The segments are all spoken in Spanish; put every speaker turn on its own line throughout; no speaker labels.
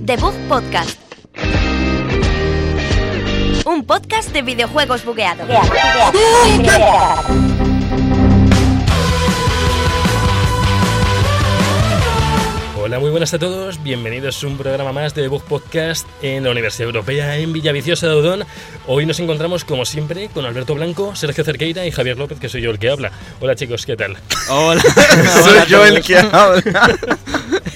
Debug Podcast. Un podcast de videojuegos bugueados.
Hola, muy buenas a todos. Bienvenidos a un programa más de Bug Podcast en la Universidad Europea en Villaviciosa de Odón. Hoy nos encontramos, como siempre, con Alberto Blanco, Sergio Cerqueira y Javier López, que soy yo el que habla. Hola, chicos, ¿qué tal?
Hola.
Soy
Hola a
yo el
todos.
que habla.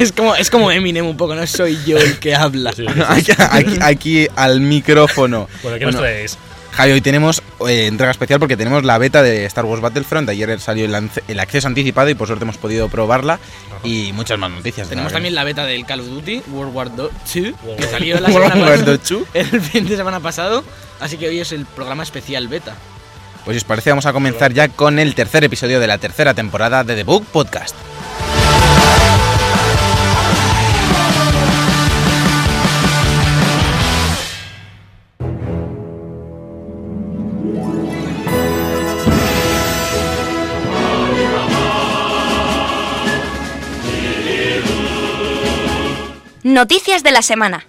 Es como, es como Eminem un poco, no soy yo el que habla.
Sí, sí, sí.
Aquí, aquí- aquí al micrófono.
Bueno, ¿qué nos
Bueno,
traéis?
Javi, hoy tenemos eh, entrega especial porque tenemos la beta de Star Wars Battlefront. Ayer salió el, ance- el acceso anticipado y por suerte hemos podido probarla. Y muchas más noticias.
Tenemos también la beta del Call of Duty World War 2
Wow.
que salió la semana pasada,
Pues
el fin de semana pasado, así que hoy es el programa especial beta.
Pues, si os parece, vamos a comenzar ya con el tercer episodio de la tercera temporada de The Book Podcast.
Noticias de la semana.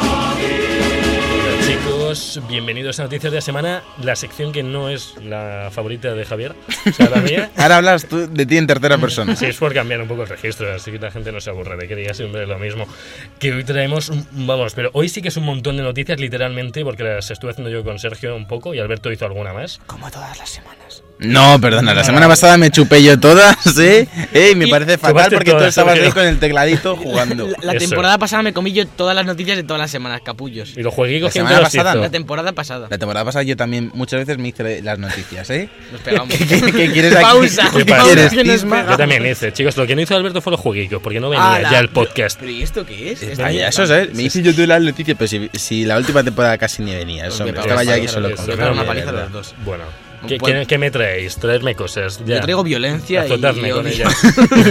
Hola, chicos. Bienvenidos a Noticias de la Semana, la sección que no es la favorita de Javier, o sea, la mía.
Ahora hablas tú de ti en tercera persona.
Sí, es por cambiar un poco el registro, así que la gente no se aburre de que diga siempre lo mismo. Que hoy traemos, un- vamos, pero hoy sí que es un montón de noticias, literalmente, porque las estuve haciendo yo con Sergio un poco y Alberto hizo alguna más.
Como todas las semanas.
No, perdona, la semana pasada me chupé yo todas, ¿eh? Ey, me
Y-
parece fatal
Chupaste
porque tú
todas,
estabas
Sergio.
ahí con el tecladito jugando.
La, la
Eso.
temporada pasada me comí yo todas las noticias de todas las semanas, capullos.
Y los jueguitos
La
que
semana pasada,
La
no.
temporada pasada.
La temporada pasada yo también muchas veces me hice las noticias, ¿eh?
Nos pegamos.
¿Qué, qué quieres aquí?
Pausa.
¿Qué
pausa,
quieres,
que nos
Isma?
Yo también hice, chicos, lo que no hizo Alberto fue los jueguitos, porque no venía
Ala,
ya el
pero-
podcast.
¿Pero y esto qué es?
Está ya, eso es, ¿eh? Me hice yo tú las noticias, pero si, si la última temporada casi ni venía, eso, hombre,
Me
estaba
parece
ya aquí
que
solo
eso
con...
es.
Fermi,
una paliza a
de
los
verdad.
dos.
Bueno, ¿qué,
Bueno.
qué- qué me traéis? Traerme cosas. Ya.
Yo traigo violencia y
Azotarme con
odio.
ella.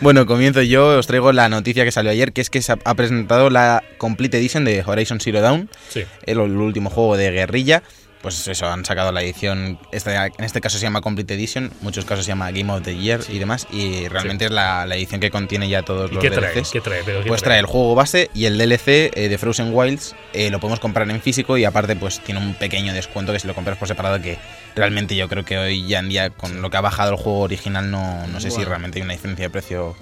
Bueno, comienzo yo, os traigo la noticia que salió ayer, que es que se ha- ha presentado la Complete Edition de Horizon Zero Dawn,
Sí.
el, el último juego de guerrilla. Pues eso, han sacado la edición, esta- en este caso se llama Complete Edition, en muchos casos se llama Game of the Year y demás, y realmente es la, la edición que contiene ya todos
¿Y
los
qué trae?
DLCs.
¿Qué trae? ¿Pero qué
Pues
¿eh?
trae el juego base y el DLC eh, de Frozen Wilds eh, lo podemos comprar en físico y aparte pues tiene un pequeño descuento que si lo compras por separado que realmente yo creo que hoy ya en día con lo que ha bajado el juego original no, no sé si
Bueno.
realmente hay una diferencia de precio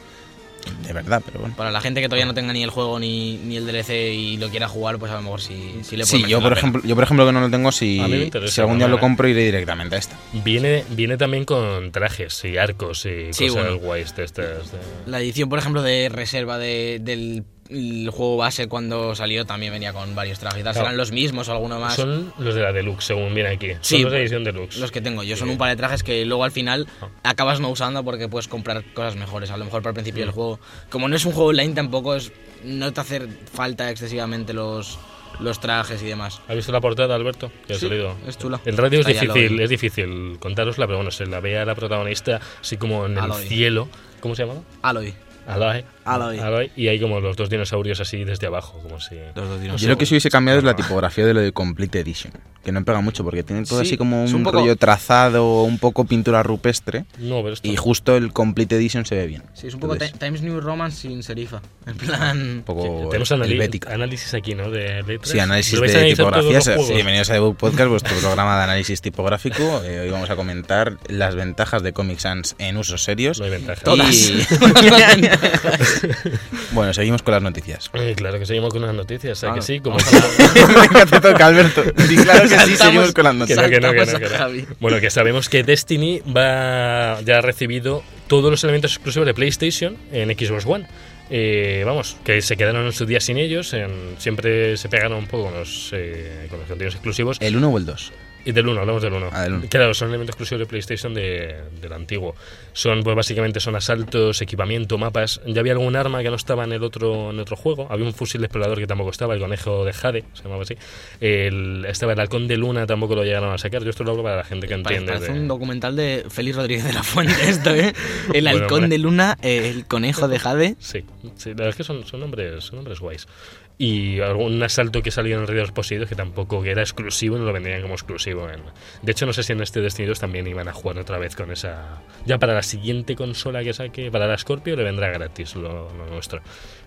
de verdad, pero bueno.
Para la gente que todavía no tenga ni el juego ni, ni el DLC y lo quiera jugar, pues a lo mejor sí, sí le puede
Sí,
meter
yo
la
por,
pena.
ejemplo, yo por ejemplo que no lo tengo,
A mí me
si,
interesa,
si algún día
no,
lo
eh.
compro iré directamente a esta.
Viene, viene también con trajes y arcos y
Sí,
cosas
bueno.
guays de estas. de-
La edición, por ejemplo, de reserva de- del el juego base cuando salió también venía con varios trajes. y tal.
Claro.
Serán los mismos o alguno más.
Son los de la deluxe, según viene aquí. Son
Ah, Sí, pues,
los de edición deluxe.
Los que tengo yo son
Sí.
un par de trajes que luego al final
Ah.
acabas no usando porque puedes comprar cosas mejores. A lo mejor para el principio
Mm.
del juego. Como no es un juego online tampoco es, no te hace falta excesivamente los, los trajes y demás.
¿Has visto la portada, Alberto? Que ha
Sí,
salido.
es chula.
En radio es
Está ya
difícil,
Lloyd.
es difícil contárosla, pero bueno, se la ve a la protagonista así como en el
Aloy.
cielo. ¿Cómo se llamaba?
Aloy.
Aloy.
Aloy.
Y hay como los dos dinosaurios así desde abajo, como si...
Los dos
Yo lo que sí hubiese cambiado es la tipografía de lo de Complete Edition, que no pega mucho porque tiene todo
Sí,
así como
es un
un
poco-
rollo trazado, un poco pintura rupestre
No, pero esto...
y justo el Complete Edition se ve bien.
Sí, es un poco
Entonces,
Ti- Times New Roman sin serifa. En plan.
un poco
Tenemos anali-
helvética.
análisis aquí, ¿no? De letras.
Sí, análisis
¿Lo vais a
de
analizar todos los
tipografías.
juegos?
Sí, Bienvenidos a The Book Podcast, vuestro programa de análisis tipográfico. Eh, hoy vamos a comentar las ventajas de Comic Sans en usos serios.
No hay ventaja.
Y- bueno, seguimos con las noticias.
Eh, claro que seguimos con las noticias, o sea
Ah,
que
no.
sí, como...
Venga, te toca, Alberto. Sí, claro que sí,
Saltamos-
seguimos con las
Que
noticias.
no, que no, que no,
Saltamos
que
a
no.
Javi.
Bueno, que sabemos que Destiny va ya ha recibido todos los elementos exclusivos de PlayStation en Xbox One. Eh, vamos, que se quedaron en su día sin ellos, en- siempre se pegaron un poco con los, eh, con los contenidos exclusivos.
¿El 1 o el 2?
Y del 1, hablamos del 1.
Ah, del uno.
Claro, son elementos exclusivos de PlayStation de, del antiguo. Son, pues básicamente son asaltos, equipamiento, mapas. Ya había algún arma que no estaba en el otro, en otro juego. Había un fusil de explorador que tampoco estaba, el conejo de Jade, se llamaba así. El, estaba el halcón de luna, tampoco lo llegaron a sacar. Yo esto lo hablo para la gente
Eh,
que
Parece,
entiende.
parece
de-
un documental de Félix Rodríguez de la Fuente esto, ¿eh? El
Bueno,
halcón
hombre.
de luna, eh, el conejo de Jade.
Sí, sí, la verdad es que son, son nombres, son nombres guays. Y algún asalto que salió en Ríos Poseídos, que tampoco que era exclusivo, no lo vendrían como exclusivo. en- De hecho, no sé si en este Destiny 2 también iban a jugar otra vez con esa. Ya para la siguiente consola que saque, para la Scorpio, le vendrá gratis lo, lo nuestro.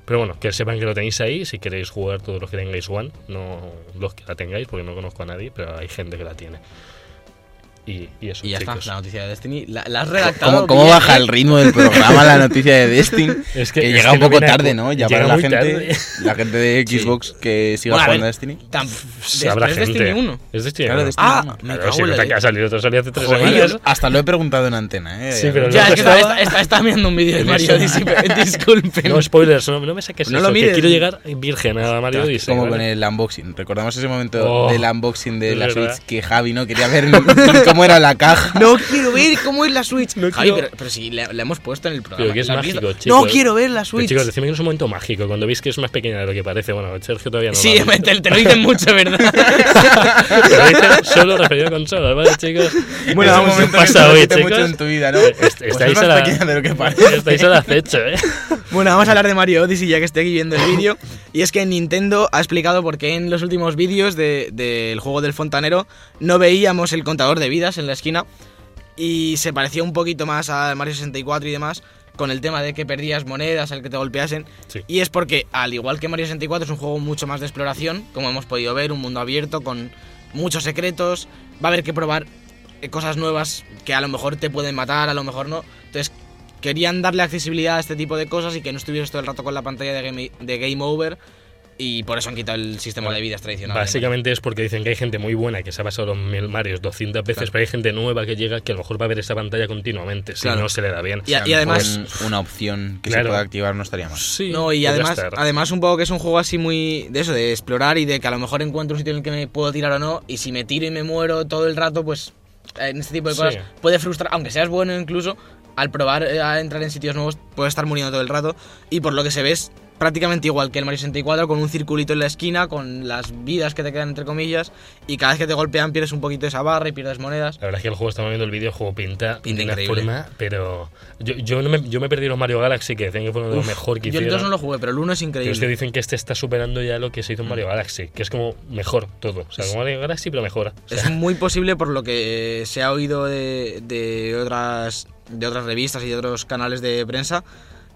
Pero bueno, que sepan que lo tenéis ahí. Si queréis jugar todos los que tengáis One, no los que la tengáis, porque no conozco a nadie, pero hay gente que la tiene. Y, y eso,
Y ya
chicos.
está, la noticia de Destiny. La, la has redactado.
¿Cómo, cómo
bien,
baja
eh?
el ritmo del programa la noticia de Destiny?
Es que-
que,
es que
llega un
no
poco
viene a
tarde,
cu-
¿no? Ya
llega
para la
muy
gente,
tarde.
la gente de
Sí.
Xbox que siga
Bueno, a
jugando
ver,
a Destiny.
tan-
Sí, habrá
¿es Destiny
gente.
1?
Es Destiny
Claro,
1.
Destiny
Ah,
1.
me
Claro,
cago
si
en
no
la
te- ha salido otro salió hace tres
Joder,
semanas.
hasta lo he preguntado en antena, ¿eh?
Sí, pero
Ya,
luego
es que
estaba-
estaba, esta- estaba mirando un vídeo de
En
Mario
eso.
Odyssey, pero- disculpen.
No, spoilers, no, no me saques
No
eso,
lo
que
mires.
quiero llegar virgen a Mario Odyssey.
como con
¿vale?
el unboxing. Recordamos ese momento
Oh,
del unboxing de
es
la
verdad.
Switch que Javi no quería ver ni- ni cómo era la caja.
No quiero ver cómo es la Switch.
No
Javi,
quiero-
pero, pero si la, la hemos puesto en el programa.
Pero que es
¿la has visto?
mágico, chicos.
No quiero ver la
Pero,
Switch.
chicos, decime que es un momento mágico, cuando veis que es más pequeña de lo que parece. Bueno, Sergio todavía no
sí,
lo ha visto.
te, te lo dicen mucho, ¿verdad?
Pero dice solo referido a consolas, ¿vale, chicos?
Bueno,
Eso
vamos
me
un
pasa hoy, chicos.
mucho en tu vida, ¿no?
Est-
Pues es
estáis
más
a la-
pequeña de lo que parece.
Estáis al acecho, ¿eh?
Bueno, vamos a hablar de Mario Odyssey ya que estoy aquí viendo el vídeo. Y es que Nintendo ha explicado por qué en los últimos vídeos de- del juego del fontanero no veíamos el contador de vidas en la esquina. Y se parecía un poquito más a Mario 64 y demás con el tema de que perdías monedas, al que te golpeasen.
Sí.
Y es porque, al igual que Mario 64, es un juego mucho más de exploración, como hemos podido ver, un mundo abierto con muchos secretos. Va a haber que probar eh, cosas nuevas que a lo mejor te pueden matar, a lo mejor no. Entonces, querían darle accesibilidad a este tipo de cosas y que no estuvieras todo el rato con la pantalla de Game, de game Over. Y por eso han quitado el sistema de vidas tradicional.
Básicamente es porque dicen que hay gente muy buena que se ha pasado los mil Marios 200 veces, pero hay gente nueva que llega que a lo mejor va a ver esa pantalla continuamente si
Claro.
no se le da bien.
Y, a- y además,
Con Una opción que
Claro.
se pueda activar no estaría mal.
Sí,
No, y
podría
además,
estar.
además un poco que es un juego así muy de eso, de explorar y de que a lo mejor encuentro un sitio en el que me puedo tirar o no, y si me tiro y me muero todo el rato, pues eh, en este tipo de
Sí.
cosas puede frustrar, aunque seas bueno incluso, al probar eh, a entrar en sitios nuevos puedes estar muriendo todo el rato, y por lo que se ve es prácticamente igual que el Mario 64, con un circulito en la esquina, con las vidas que te quedan entre comillas, y cada vez que te golpean pierdes un poquito esa barra y pierdes monedas.
La verdad es que el juego, estamos viendo el vídeo, el juego pinta,
Pinta
de una
increíble.
forma, pero yo, yo, no me, yo me perdí los Mario Galaxy, que decían que fue uno de los
Uf,
mejor que
Yo el
hicieron.
2 no lo Mm. jugué, pero el 1 es
Pero
increíble.
es que dicen que este está superando ya lo que se hizo en Mario Galaxy, que es como mejor todo. O sea, como Mario Galaxy, pero mejor. O sea,
Es muy posible por lo que se ha oído de, de otras de otras revistas y de otros canales de prensa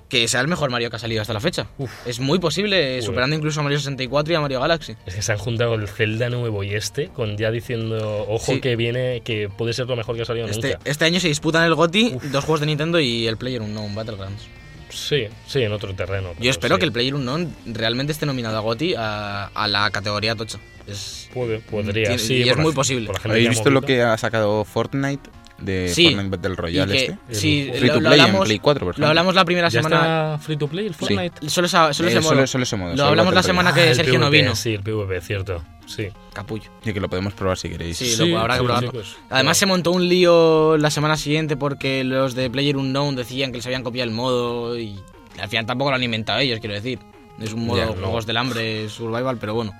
que sea el mejor Mario que ha salido hasta la fecha. Es muy posible, eh,
Joder.
superando incluso a Mario 64 y a Mario Galaxy.
es que se han juntado el Zelda nuevo y este, con ya diciendo, ojo
Sí.
que viene, que puede ser lo mejor que ha salido
Este,
nunca.
este año se disputan el GOTI, dos juegos de Nintendo y el Player Unknown Battlegrounds.
Sí, sí, en otro terreno.
Yo
pero
espero
sí.
que el Player Unknown realmente esté nominado a GOTI a, a la categoría tocha. Es-
Puede, podría,
Tiene-
sí.
y es
por la-
muy posible.
por la gente
¿Habéis
ha
visto lo
movido.
que ha sacado Fortnite de
Sí.
Fortnite Battle
y
Royale
que-
este?
sí,
Free
lo,
to
lo
play en
hablamos,
Play 4, por
lo
ejemplo.
hablamos la primera
¿Ya
semana.
está free to play el Fortnite? Ah,
Solo, esa- solo
Eh,
ese modo.
solo- solo ese modo,
Lo
solo Ah,
hablamos la
Battle
semana
Royale.
Ah, que
el
Sergio no
PvP,
vino.
Sí, el PvP, cierto. Sí.
Capullo.
Y que lo podemos probar si queréis.
Sí,
Sí,
lo habrá que
sí,
probarlo.
chicos.
Además
Claro.
se montó un lío la semana siguiente porque los de Player Unknown decían que les habían copiado el modo y al final tampoco lo han inventado ellos, quiero decir. Es un modo
Ya, no.
juegos del hambre, survival, pero bueno.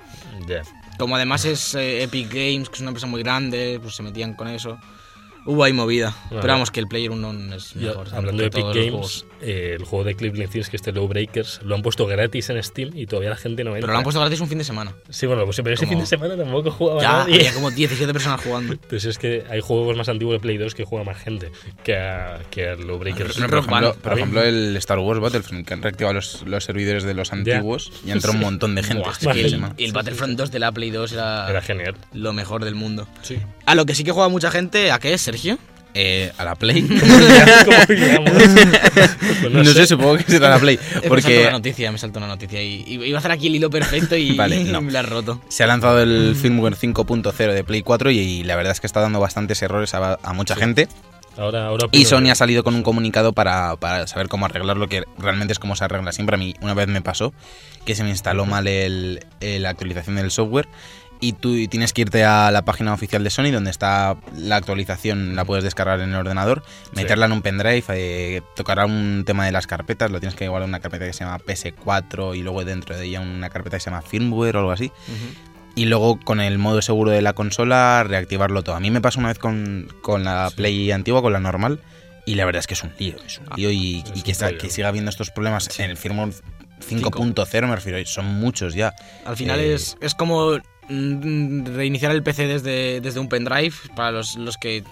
Ya.
Como además es eh, Epic Games, que es una empresa muy grande, pues se metían con eso. Hubo ahí movida.
Claro.
Pero vamos, que el Player Unknown es
Ya,
mejor.
hablando
que
de Epic
todos los juegos.
Games, eh, el juego de Cleveland Thieves, que es este Low Breakers, lo han puesto gratis en Steam y todavía la gente no entra.
Pero lo han puesto gratis un fin de semana.
Sí, bueno, lo puse, pero ese
Como-
fin de semana tampoco jugaba
Ya,
nadie.
había como 17 personas jugando.
Pues es que hay juegos más antiguos de Play 2 que juega más gente que a, que a Low Breakers.
No,
Por
Rock
ejemplo,
Band.
por ejemplo, el Star Wars Battlefront, que han reactivado los, los servidores de los antiguos y entra un montón de gente.
Buah,
este
es
fin
que
de
el,
semana.
el Battlefront 2 de la Play 2
Era genial.
lo mejor del mundo.
Sí.
A lo que sí que juega mucha gente, ¿a qué es, Sergio?
Eh, a la Play.
pues
no, sé, supongo que será la Play.
Eh, Me saltó
Porque
una noticia, me saltó una noticia. Y, y iba a hacer aquí el hilo perfecto y,
Vale, no.
me la has roto.
se ha lanzado el firmware 5.0 de Play 4 y, la verdad es que está dando bastantes errores a, a mucha gente.
Ahora, ahora
Y
puedo-
Sony ha salido con un comunicado para, para saber cómo arreglar lo que realmente es cómo se arregla siempre. A mí una vez me pasó que se me instaló mal el- el- la actualización del software y tú tienes que irte a la página oficial de Sony donde está la actualización, la puedes descargar en el ordenador, meterla en un pendrive, eh, tocará un tema de las carpetas, lo tienes que guardar en una carpeta que se llama PS4 y luego dentro de ella una carpeta que se llama firmware o algo así y luego con el modo seguro de la consola reactivarlo todo. A mí me pasó una vez con, con la Play antigua, con la normal, y la verdad es que es un lío, es un lío y,
Ah,
y
es un
que, está-
rollo.
que siga habiendo estos problemas en el firmware
Cinco.
5.0 me refiero, son muchos ya.
Al final
Eh,
es, es como mm, reiniciar el PC desde, desde un pendrive, para los, los que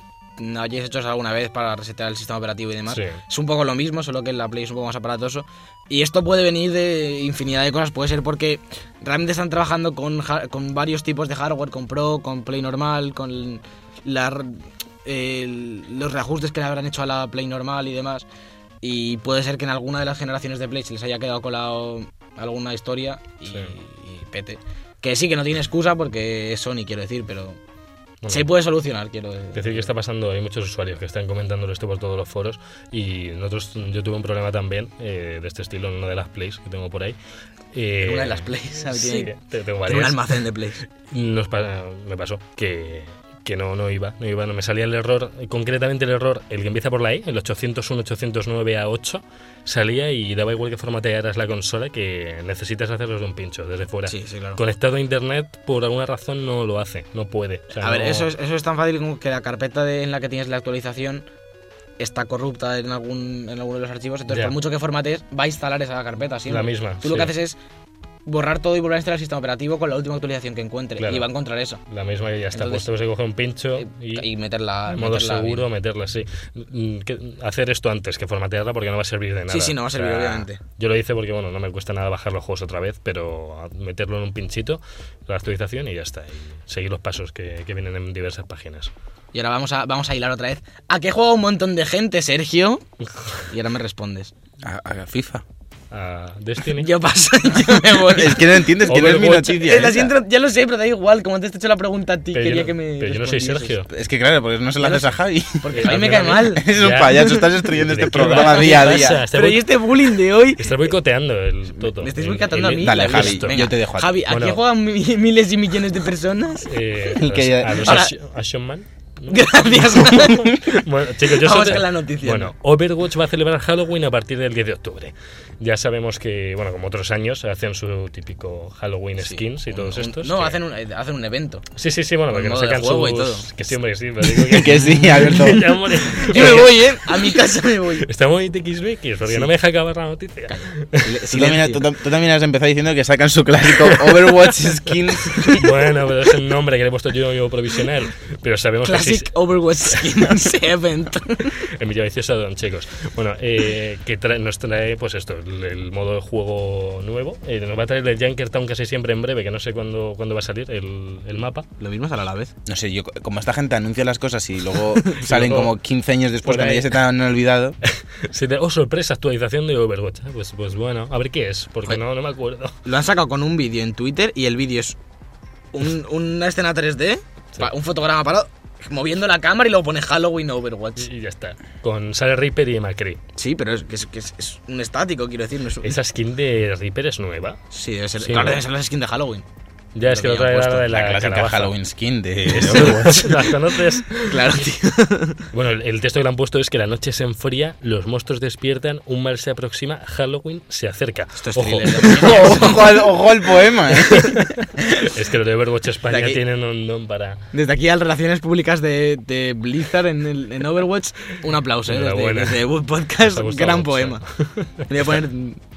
hayáis hecho eso alguna vez para resetear el sistema operativo y demás.
Sí.
Es un poco lo mismo, solo que en la Play es un poco más aparatoso. Y esto puede venir de infinidad de cosas, puede ser porque realmente están trabajando con, ha- con varios tipos de hardware, con Pro, con Play normal, con la r- el- los reajustes que le habrán hecho a la Play normal y demás. Y puede ser que en alguna de las generaciones de Play se les haya quedado colado alguna historia y,
Sí.
y pete. Que sí, que no tiene excusa porque es Sony, quiero decir, pero
Bueno,
se puede solucionar, quiero decir.
Decir que está pasando, hay muchos usuarios que están comentándolo esto por todos los foros y nosotros, yo tuve un problema también eh, de este estilo en una de las plays que tengo por ahí. Eh,
Una de las plays. ¿sabes?
Sí,
Tiene-
te- tengo
tiene un
varias.
almacén de plays.
Nos pa- me pasó que, que no, no iba, no iba, no me salía el error, concretamente el error, el que empieza por la E, el 801, 809 a 8, salía y daba igual que formatearas la consola que necesitas hacerlo de un pincho, desde fuera.
Sí, sí, claro.
Conectado a internet, por alguna razón no lo hace, no puede. O sea,
A ver,
no-
eso es, eso es tan fácil como que la carpeta de- en la que tienes la actualización está corrupta en algún en alguno de los archivos, entonces
Ya.
por mucho que formates va a instalar esa carpeta siempre.
La misma,
Tú lo
sí.
que haces es borrar todo y volver a instalar el sistema operativo con la última actualización que encuentre
Claro.
y va a encontrar eso
La misma que ya está,
Entonces-
puesto
eh,
que se coge un pincho y,
y, meterla
en modo
meterla bien.
seguro meterla, sí. Mm, que- hacer esto antes que formatearla porque no va a servir de nada.
Sí, sí, no va a servir, obviamente.
Yo lo hice porque, bueno, no me cuesta nada bajar los juegos otra vez, pero a- meterlo en un pinchito, la actualización y ya está. Y seguir los pasos que, que vienen en diversas páginas.
Y ahora vamos a, vamos a hilar otra vez. ¿A qué juega un montón de gente, Sergio? Y ahora me respondes.
A, a FIFA.
Ah, Destiny.
Yo paso, yo me voy.
Es que no entiendes que no es mi
Overwatch.
noticia.
Eh, la
esa.
siguiente- ya lo sé, pero da igual. Como antes te he hecho la pregunta a ti,
pero yo
quería
no-
que me.
pero yo no soy
respondieses.
Sergio.
Es que claro, porque no se la haces a Javi.
Porque
Eh,
a mí me
también
cae
a mí.
mal.
Es un
Ya.
payaso, estás destruyendo
¿De
este
qué va?
programa día a
¿Qué
día.
pasa? Está
Pero
boi-
¿y este eh, bullying de hoy?
Estás boicoteando el toto.
Me estáis
El-
boicoteando
el-
a mí.
Dale,
el
Javi,
listo.
Venga,
yo te dejo a ti.
Javi, ¿a
Bueno.
qué juegan mi- miles y millones de personas?
Eh,
El que ya-
a los
Ahora-
Action- Action Man. ¿no?
Gracias.
Bueno, chicos, yo
Vamos
solo-
con la noticia.
Bueno, Overwatch va a celebrar Halloween a partir del 10 de octubre. Ya sabemos que, bueno, como otros años, hacen su típico Halloween skins y
Un-
todos
un-
estos.
No,
que-
hacen un, eh, hacen un evento.
Sí, sí, sí, bueno,
un
porque nos
modo de
sacan
juego y
sus-
todo.
Que sí, hombre, que sí, pero digo que...
Que sí, Alberto.
Ya, hombre.
Yo me voy, ¿eh? A mi casa me voy.
Está muy TXBX, porque no me deja acabar la noticia.
Tú también, tú tam- tú también has empezado diciendo que sacan su clásico Overwatch Skins.
Bueno, pero es el nombre que le he puesto yo, yo provisional. Pero sabemos que sí,
Classic Overwatch Skins Event.
En Villaviciosa, don chicos. Bueno, eh, que trae- nos trae, pues esto, el, el modo de juego nuevo. Eh, nos va a traer el Junkertown casi siempre en breve, que no sé cuándo, cuándo va a salir el, el mapa.
Lo mismo sale a la vez.
No sé, yo como esta gente anuncia las cosas y luego salen
luego-
como 15 años después
Por
cuando
ahí.
ya se te han olvidado.
Se te- oh, sorpresa, actualización de Overwatch. Ah, Pues, pues bueno, a ver qué es, porque
Joder.
no, no me acuerdo.
Lo han sacado con un vídeo en Twitter y el vídeo es un- una escena 3D,
Sí.
pa- un fotograma parado, moviendo la cámara y luego pone Halloween Overwatch.
Y y ya está. Con Sale Reaper y Macri.
Sí, pero es que es, que es- es un estático, quiero decir. no es un-
Esa skin de Reaper es nueva.
Sí, debe ser.
Sí,
claro,
¿no?
debe ser la skin de Halloween.
Ya es que
Lo
lo
que ya han
trae
puesto,
la de
pues La,
la,
clásica
calabaza.
Halloween skin de de Overwatch.
¿Las conoces?
Claro, tío.
Bueno, el, el texto que le han puesto es que la noche se enfría, los monstruos despiertan, un mal se aproxima, Halloween se acerca.
Esto es ¿eh?
Ojo,
thriller.
ojo, ojo al, ojo al poema, eh.
Es que los de Overwatch España
De aquí-
tienen un don para.
Desde aquí al Relaciones Públicas de, de Blizzard en, el- en Overwatch, un aplauso, ¿eh? Desde,
Enhorabuena.
desde Wood
Nos
Podcast,
ha gustado
gran
mucho.
poema. Voy a poner...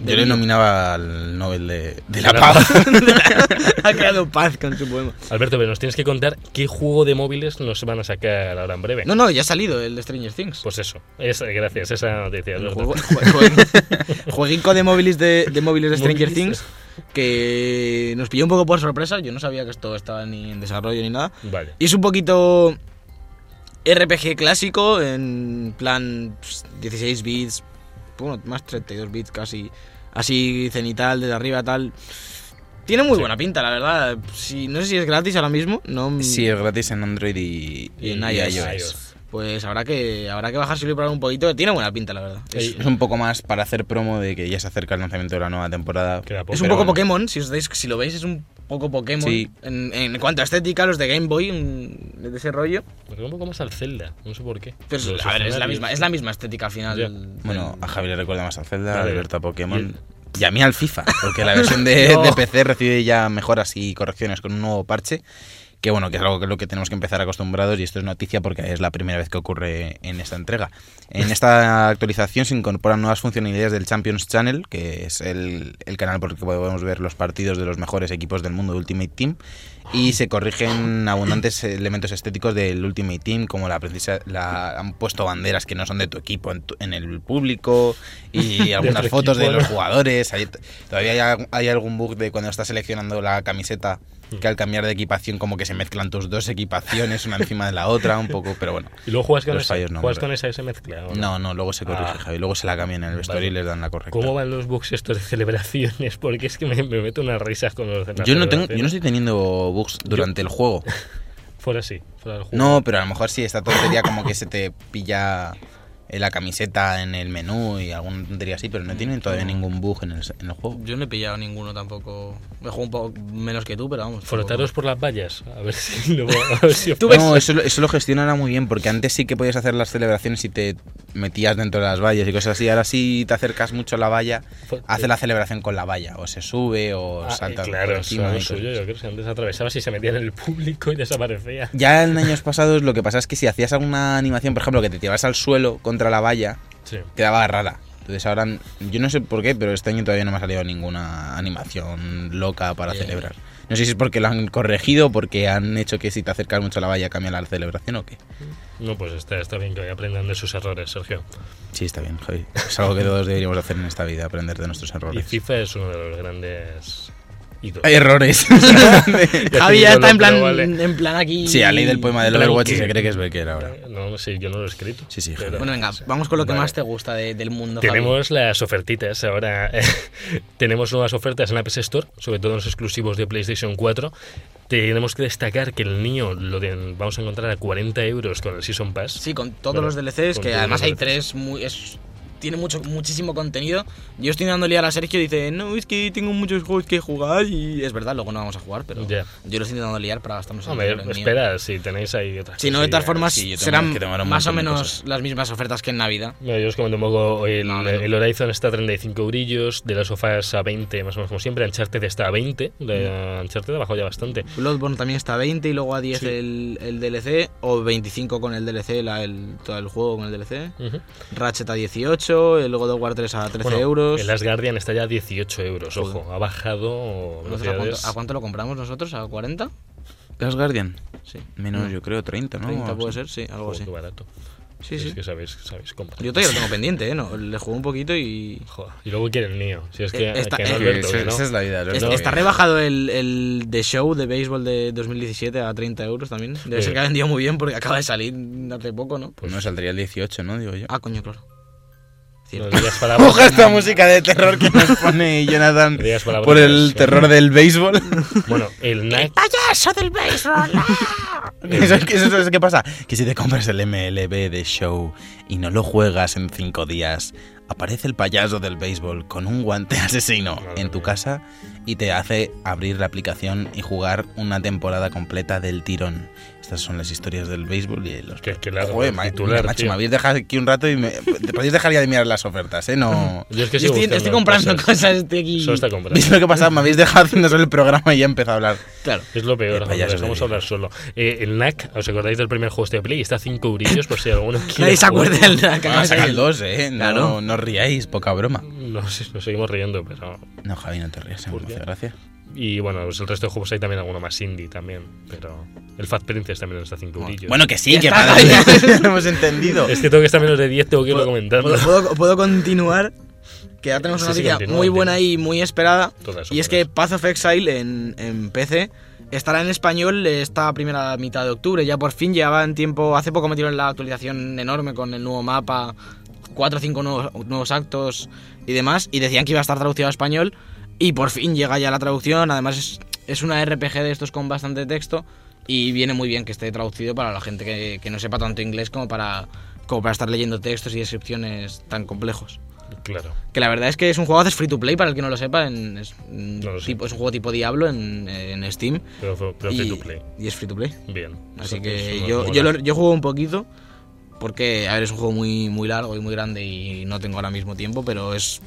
Yo le nominaba al Nobel de, de la
la
Paz.
ha creado paz con su poema.
Alberto, pero nos tienes que contar qué juego de móviles nos van a sacar ahora en breve.
No, no, ya ha salido el de Stranger Things.
Pues eso, esa- gracias, esa noticia.
El
Alberto.
juego- jue- jue- jueguico de móviles de, de móviles de Stranger
Móviles.
Things que nos pilló un poco por sorpresa. Yo no sabía que esto estaba ni en desarrollo ni nada.
Vale.
Y es un poquito RPG clásico, en plan pues, 16 bits, bueno, más 32 bits casi, así cenital, desde arriba, tal. Tiene muy
Sí.
buena pinta, la verdad. Si, no sé si es gratis ahora mismo, no
Sí, es gratis en Android y,
Y en
y
iOS.
iOS.
pues habrá que habrá que bajárselo y probar un poquito. Tiene buena pinta, la verdad. Es,
Ey,
Es un poco más para hacer promo de que ya se acerca el lanzamiento de la nueva temporada.
queda poco,
es un
pero
poco
bueno.
Pokémon, si os dais, si lo veis es un poco Pokémon.
Sí.
En, en cuanto a estética, los de Game Boy, mm, de ese rollo.
Me recuerda un poco más Pues al Zelda, no sé por qué.
Pero
Los
a ver, es la
escenarios.
misma, es la misma estética al final.
Ya.
del-
Bueno, a Javi le recuerda más a Zelda, a
Vale.
Alberto a Pokémon. Y a mí al FIFA, porque la versión de,
No.
de PC recibe ya mejoras y correcciones con un nuevo parche que bueno, que es algo que es lo que tenemos que empezar acostumbrados y esto es noticia porque es la primera vez que ocurre en esta entrega. En esta actualización se incorporan nuevas funcionalidades del Champions Channel, que es el, el canal por el que podemos ver los partidos de los mejores equipos del mundo de Ultimate Team, y se corrigen abundantes elementos estéticos del Ultimate Team, como la, precisa- la- han puesto banderas que no son de tu equipo en, tu- en el público y algunas
otro
fotos de
equipo,
los
¿no?
jugadores. Hay- todavía hay, alg- hay algún bug de cuando estás seleccionando la camiseta
Mm.
que al cambiar de equipación como que se mezclan tus dos equipaciones una encima de la otra un poco, pero bueno.
¿Y luego juegas con
Los
esa?
fallos no,
¿Juegas
hombre.
con esa y se mezcla? o
No, no, luego se corrige,
Ah.
Javi. Luego se la cambian en el vestuario y
Vale.
les dan la correcta.
¿Cómo van los bugs estos de celebraciones? Porque es que me, me meto unas risas con los de las
Yo no, tengo, yo no
celebraciones.
estoy teniendo bugs durante el juego.
Fuera así, fuera del juego.
No, pero a lo mejor sí, esta tontería como que se te pilla eh, la camiseta en el menú y alguna tontería así, pero no tienen todavía ningún bug en el, en el juego.
Yo no he pillado ninguno tampoco. Me juego un poco menos que tú, pero vamos.
Frotaros por las vallas, a ver si lo a ver si os pasa.
No, eso, lo- eso lo gestionan muy bien, porque antes sí que podías hacer las celebraciones y te metías dentro de las vallas y cosas así. Ahora sí te acercas mucho a la valla,
Fue-
hace la celebración con la valla, o se sube o
Ah,
salta por
claro, eso
encima.
era
y
lo
cosas
suyo,
así.
yo creo que antes atravesaba si se metía en el público y desaparecía.
Ya en años pasados lo que pasa es que si hacías alguna animación, por ejemplo, que te tirabas al suelo contra la valla,
Sí.
quedaba rara. Entonces ahora, yo no sé por qué, pero este año todavía no me ha salido ninguna animación loca para
Bien.
celebrar. No sé si es porque lo han corregido, porque han hecho que si te acercas mucho a la valla cambia la celebración o qué.
No, pues está, está bien que aprendan de sus errores, Sergio.
Sí, está bien, Javi. Es algo que todos deberíamos hacer en esta vida, aprender de nuestros
Y
errores.
FIFA es uno de los grandes ídolos.
Hay errores.
Javi ya
no,
está
pero
en plan,
vale.
en plan aquí.
sí, ha leído el poema del
Blanque.
Overwatch y se cree que es Becker ahora.
Eh, No, sí, yo no lo he escrito.
Sí, sí,
pero-
Bueno, venga, vamos con lo que
Vale.
más te gusta de- del mundo. Javi.
Tenemos las ofertitas ahora. tenemos nuevas ofertas en la PS Store, sobre todo en los exclusivos de PlayStation 4. Tenemos que destacar que el niño lo de- vamos a encontrar a 40 euros con el Season Pass.
Sí, con todos
Bueno,
los DLCs,
con
que
todos
además
los
hay
DLCs.
tres, muy, es, tiene mucho, muchísimo contenido. Yo estoy dando liar a Sergio y dice, no, es que tengo muchos juegos que jugar y es verdad, luego no vamos a jugar, pero
Ya.
yo lo estoy intentando liar para gastarnos el
Hombre,
dinero en mí.
espera, si tenéis ahí otras
Si no, de todas
cosillas.
formas,
sí, yo tengo
serán
que tomar un
más o
montón de
menos
cosas.
las mismas ofertas que en Navidad.
Mira, yo os comento un poco, el,
No, no, no.
el Horizon está a 35 brillos, de las sofás a 20, más o menos como siempre, Uncharted está a 20, de
Mm.
Uncharted ha bajado ya bastante.
Bloodborne también está a 20 y luego a 10
Sí.
el, el DLC, o 25 con el DLC, la- el- todo el juego con el DLC.
Ujú.
Ratchet a 18, el God of War 3 a 13
Bueno,
euros.
El Last Guardian está ya a 18 euros, ojo, ha bajado
Nosotros, ¿a, cuánto,
velocidades.
a cuánto lo compramos nosotros? ¿A 40?
Las Guardian.
Sí.
Menos, yo creo, 30, ¿no?
30
O
puede
sea.
ser, sí, algo
Joder,
así.
qué barato.
Sí,
Es
sí.
que sabéis, sabéis comprar.
Yo todavía lo tengo pendiente, ¿eh? No, le jugué un poquito y...
Joder, y luego quiere el mío. Si es que,
Eh, está-
que
eh,
no, Alberto,
Sí,
que
esa-
no.
Esa es la vida.
Es-
Alberto.
Está rebajado el, el The Show de béisbol de 2017 a 30 euros también. Debe
Sí.
ser que ha vendido muy bien porque acaba de salir hace poco, ¿no?
Pues no saldría el 18, ¿no? Digo yo.
Ah, coño, claro.
No
Cierto.
digas palabras.
Ojo esta música de terror que nos pone Jonathan
Digas palabras.
por el terror del béisbol.
Bueno, el NAC.
¡Payaso del béisbol!
Eso es que- eso es que pasa. Que si te compras el MLB de show y no lo juegas en cinco días, aparece el payaso del béisbol con un guante asesino
Madre
en tu
mía.
casa y te hace abrir la aplicación y jugar una temporada completa del tirón. Estas son las historias del béisbol y de los
Que, que largo.
Joder,
el
ma-
titular,
mira, macho,
tío.
me habéis dejado aquí un rato y me te podéis dejar ya de mirar las ofertas, ¿eh? No.
Yo es que
Yo
sigo
estoy,
buscando
estoy comprando cosas, estoy aquí...
Solo está comprando.
¿Veis lo que pasa? Me habéis dejado haciendo solo el programa y ya he empezado a hablar.
Claro.
Es lo peor,
El
joder,
payaso
dejamos
del
hablar solo. Eh, el NAC, ¿os acordáis del primer juego este de Play? Está a 5 brillos por si alguno quiere.
Nadie se
jugar.
acuerda del nada que acaba
Acabas
de
de sacar
salir.
dos, ¿eh? No,
Claro.
no os riáis, poca broma.
No sé, nos seguimos riendo, pero.
No, Javi, no te rías, eh,
¿Por
me
qué?
hace gracia.
Y bueno, pues el resto de juegos hay también alguno más indie también. Pero. El Fat Princess también está a 5 brillos.
Bueno, que sí,
Ya
que
está,
madre mía,
Javi.
ya lo hemos entendido.
Es que tengo que estar menos de 10, tengo que irlo comentando.
¿Puedo, puedo- puedo continuar? Que ya tenemos
Sí,
una
sí,
noticia
continúa,
muy
continúa.
buena y muy esperada.
Todas
Y es que
ofertas.
Path of Exile en, en PC estará en español esta primera mitad de octubre. Ya por fin llevaba en tiempo. Hace poco metieron la actualización enorme con el nuevo mapa, cuatro o cinco nuevos, nuevos actos y demás. Y decían que iba a estar traducido a español. Y por fin llega ya la traducción. Además, es, es una RPG de estos con bastante texto. Y viene muy bien que esté traducido para la gente que, que no sepa tanto inglés como para, como para estar leyendo textos y descripciones tan complejos.
Claro.
Que la verdad es que es un juego es free to play, para el que no lo sepa. en- es, un
No lo sé.
tipo, es un juego tipo Diablo en, en Steam.
Pero, fue- pero
y,
free to play.
y es free to play.
Bien.
Así
Eso-
que
eso
yo,
mola.
yo, lo- yo juego un poquito. Porque, a ver, es un juego muy, muy largo y muy grande y no tengo ahora mismo tiempo, pero es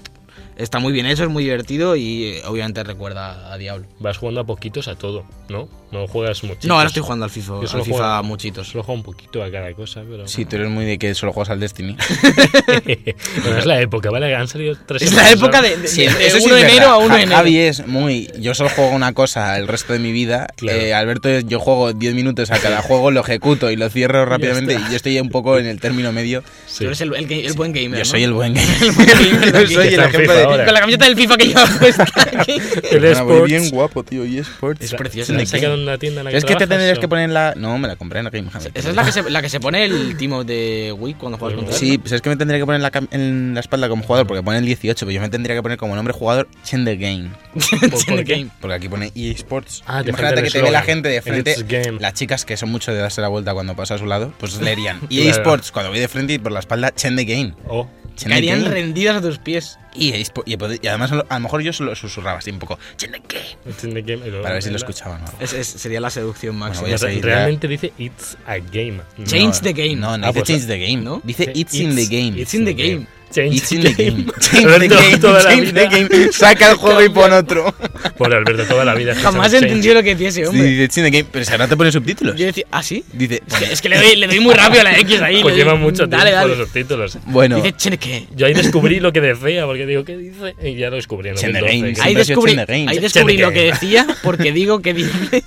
está muy bien hecho, es muy divertido y eh, obviamente recuerda a Diablo.
Vas jugando a poquitos a todo, ¿no? No juegas mucho.
No, ahora estoy jugando al FIFA,
Yo
al
solo
FIFA
juego-
muchitos.
Solo juego un poquito a cada cosa, pero.
Sí, tú eres muy de que solo juegas al Destiny.
Bueno, es la época, ¿vale? Han salido tres
Es la
semanas,
época
¿sabes?
de, de-
Sí,
de
eso sí
1 de
es
enero a
verdad.
1 de
Ja-
enero.
Javi es muy. Yo solo juego una cosa el resto de mi vida.
Claro.
Eh, Alberto, es- yo juego 10 minutos a cada juego, lo ejecuto y lo cierro rápidamente. Y yo estoy un poco en el término medio.
Sí.
Tú eres el, el ga- el buen gamer.
Yo
¿no?
soy el buen gamer.
gamer.
soy
Que
el
está en
ejemplo
FIFA
de-
ahora.
Con la camiseta del FIFA que yo puesta aquí.
El
Perdona, voy
eSports.
bien guapo, tío. Y eSports.
Es precioso.
¿La
¿De
han
qué?
sacado en una tienda en la que
Es que te
trabajas,
tendrías
o-
que poner en la. No, me la compré en la Game Hammer.
Esa es la que, se, la que se pone el timo de Wii cuando juegas contra él,
Sí, pues es que me tendría que poner en la, cam- en la espalda como jugador, porque pone el 18, pero yo me tendría que poner como nombre jugador Chen the Game.
¿Por-
¿no?
por
En el
qué?
game.
Porque aquí pone eSports.
Ah, te falta
Imagínate
el
que te ve
eslogan.
la gente de frente.
It's game.
Las chicas que son mucho de darse la vuelta cuando pasa a su lado, pues leerían.
Claro.
EA Sports, cuando voy de frente y por la espalda, Chen the Game.
Oh,
Chen the
Caerían
Game.
rendidas a tus pies.
EA Spo- y, pod- y además, a lo- a lo mejor yo solo susurraba así un poco, Chen the Game.
it's in the game.
Para ver si lo
Bueno,
escuchaban o algo.
Es- es- sería la seducción máxima.
voy a seguir,
Realmente dice It's a game. No,
Change the game.
No, no
Ah,
dice
pues,
Change the Game,
¿no?
Dice It's, in the Game.
it's in the game.
Change
It's in the game. Change the
Alberto,
game.
toda la
change the
vida.
game. Saca el juego y pon otro.
Por Alberto, toda la vida.
Jamás he
escuchaba
entendido lo que decía ese
Sí,
hombre.
dice It's in the game. Pero si ahora te pone subtítulos.
Yo decía, ¿ah, sí?
Dice.
Es que, es que le, doy, le doy muy rápido a la X ahí.
Change. Pues
le doy-
lleva mucho tiempo
Dale, dale.
los subtítulos.
Bueno.
Dice, "Chene, ¿qué?
Yo ahí descubrí lo que decía, porque digo, ¿qué dice? Y ya lo descubrí en
Change the
2012,
game,
que-
Ahí
Siempre ha sido
descubrí,
Chene Games.
ahí descubrí
Chene
lo que
Games.
decía porque digo que dice.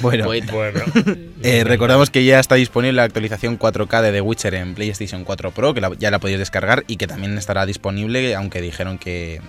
Bueno,
Poeta.
Bueno.
eh, recordamos que ya está disponible la actualización 4K de The Witcher en PlayStation 4 Pro, que la- ya la podéis descargar y que también estará disponible, aunque dijeron que,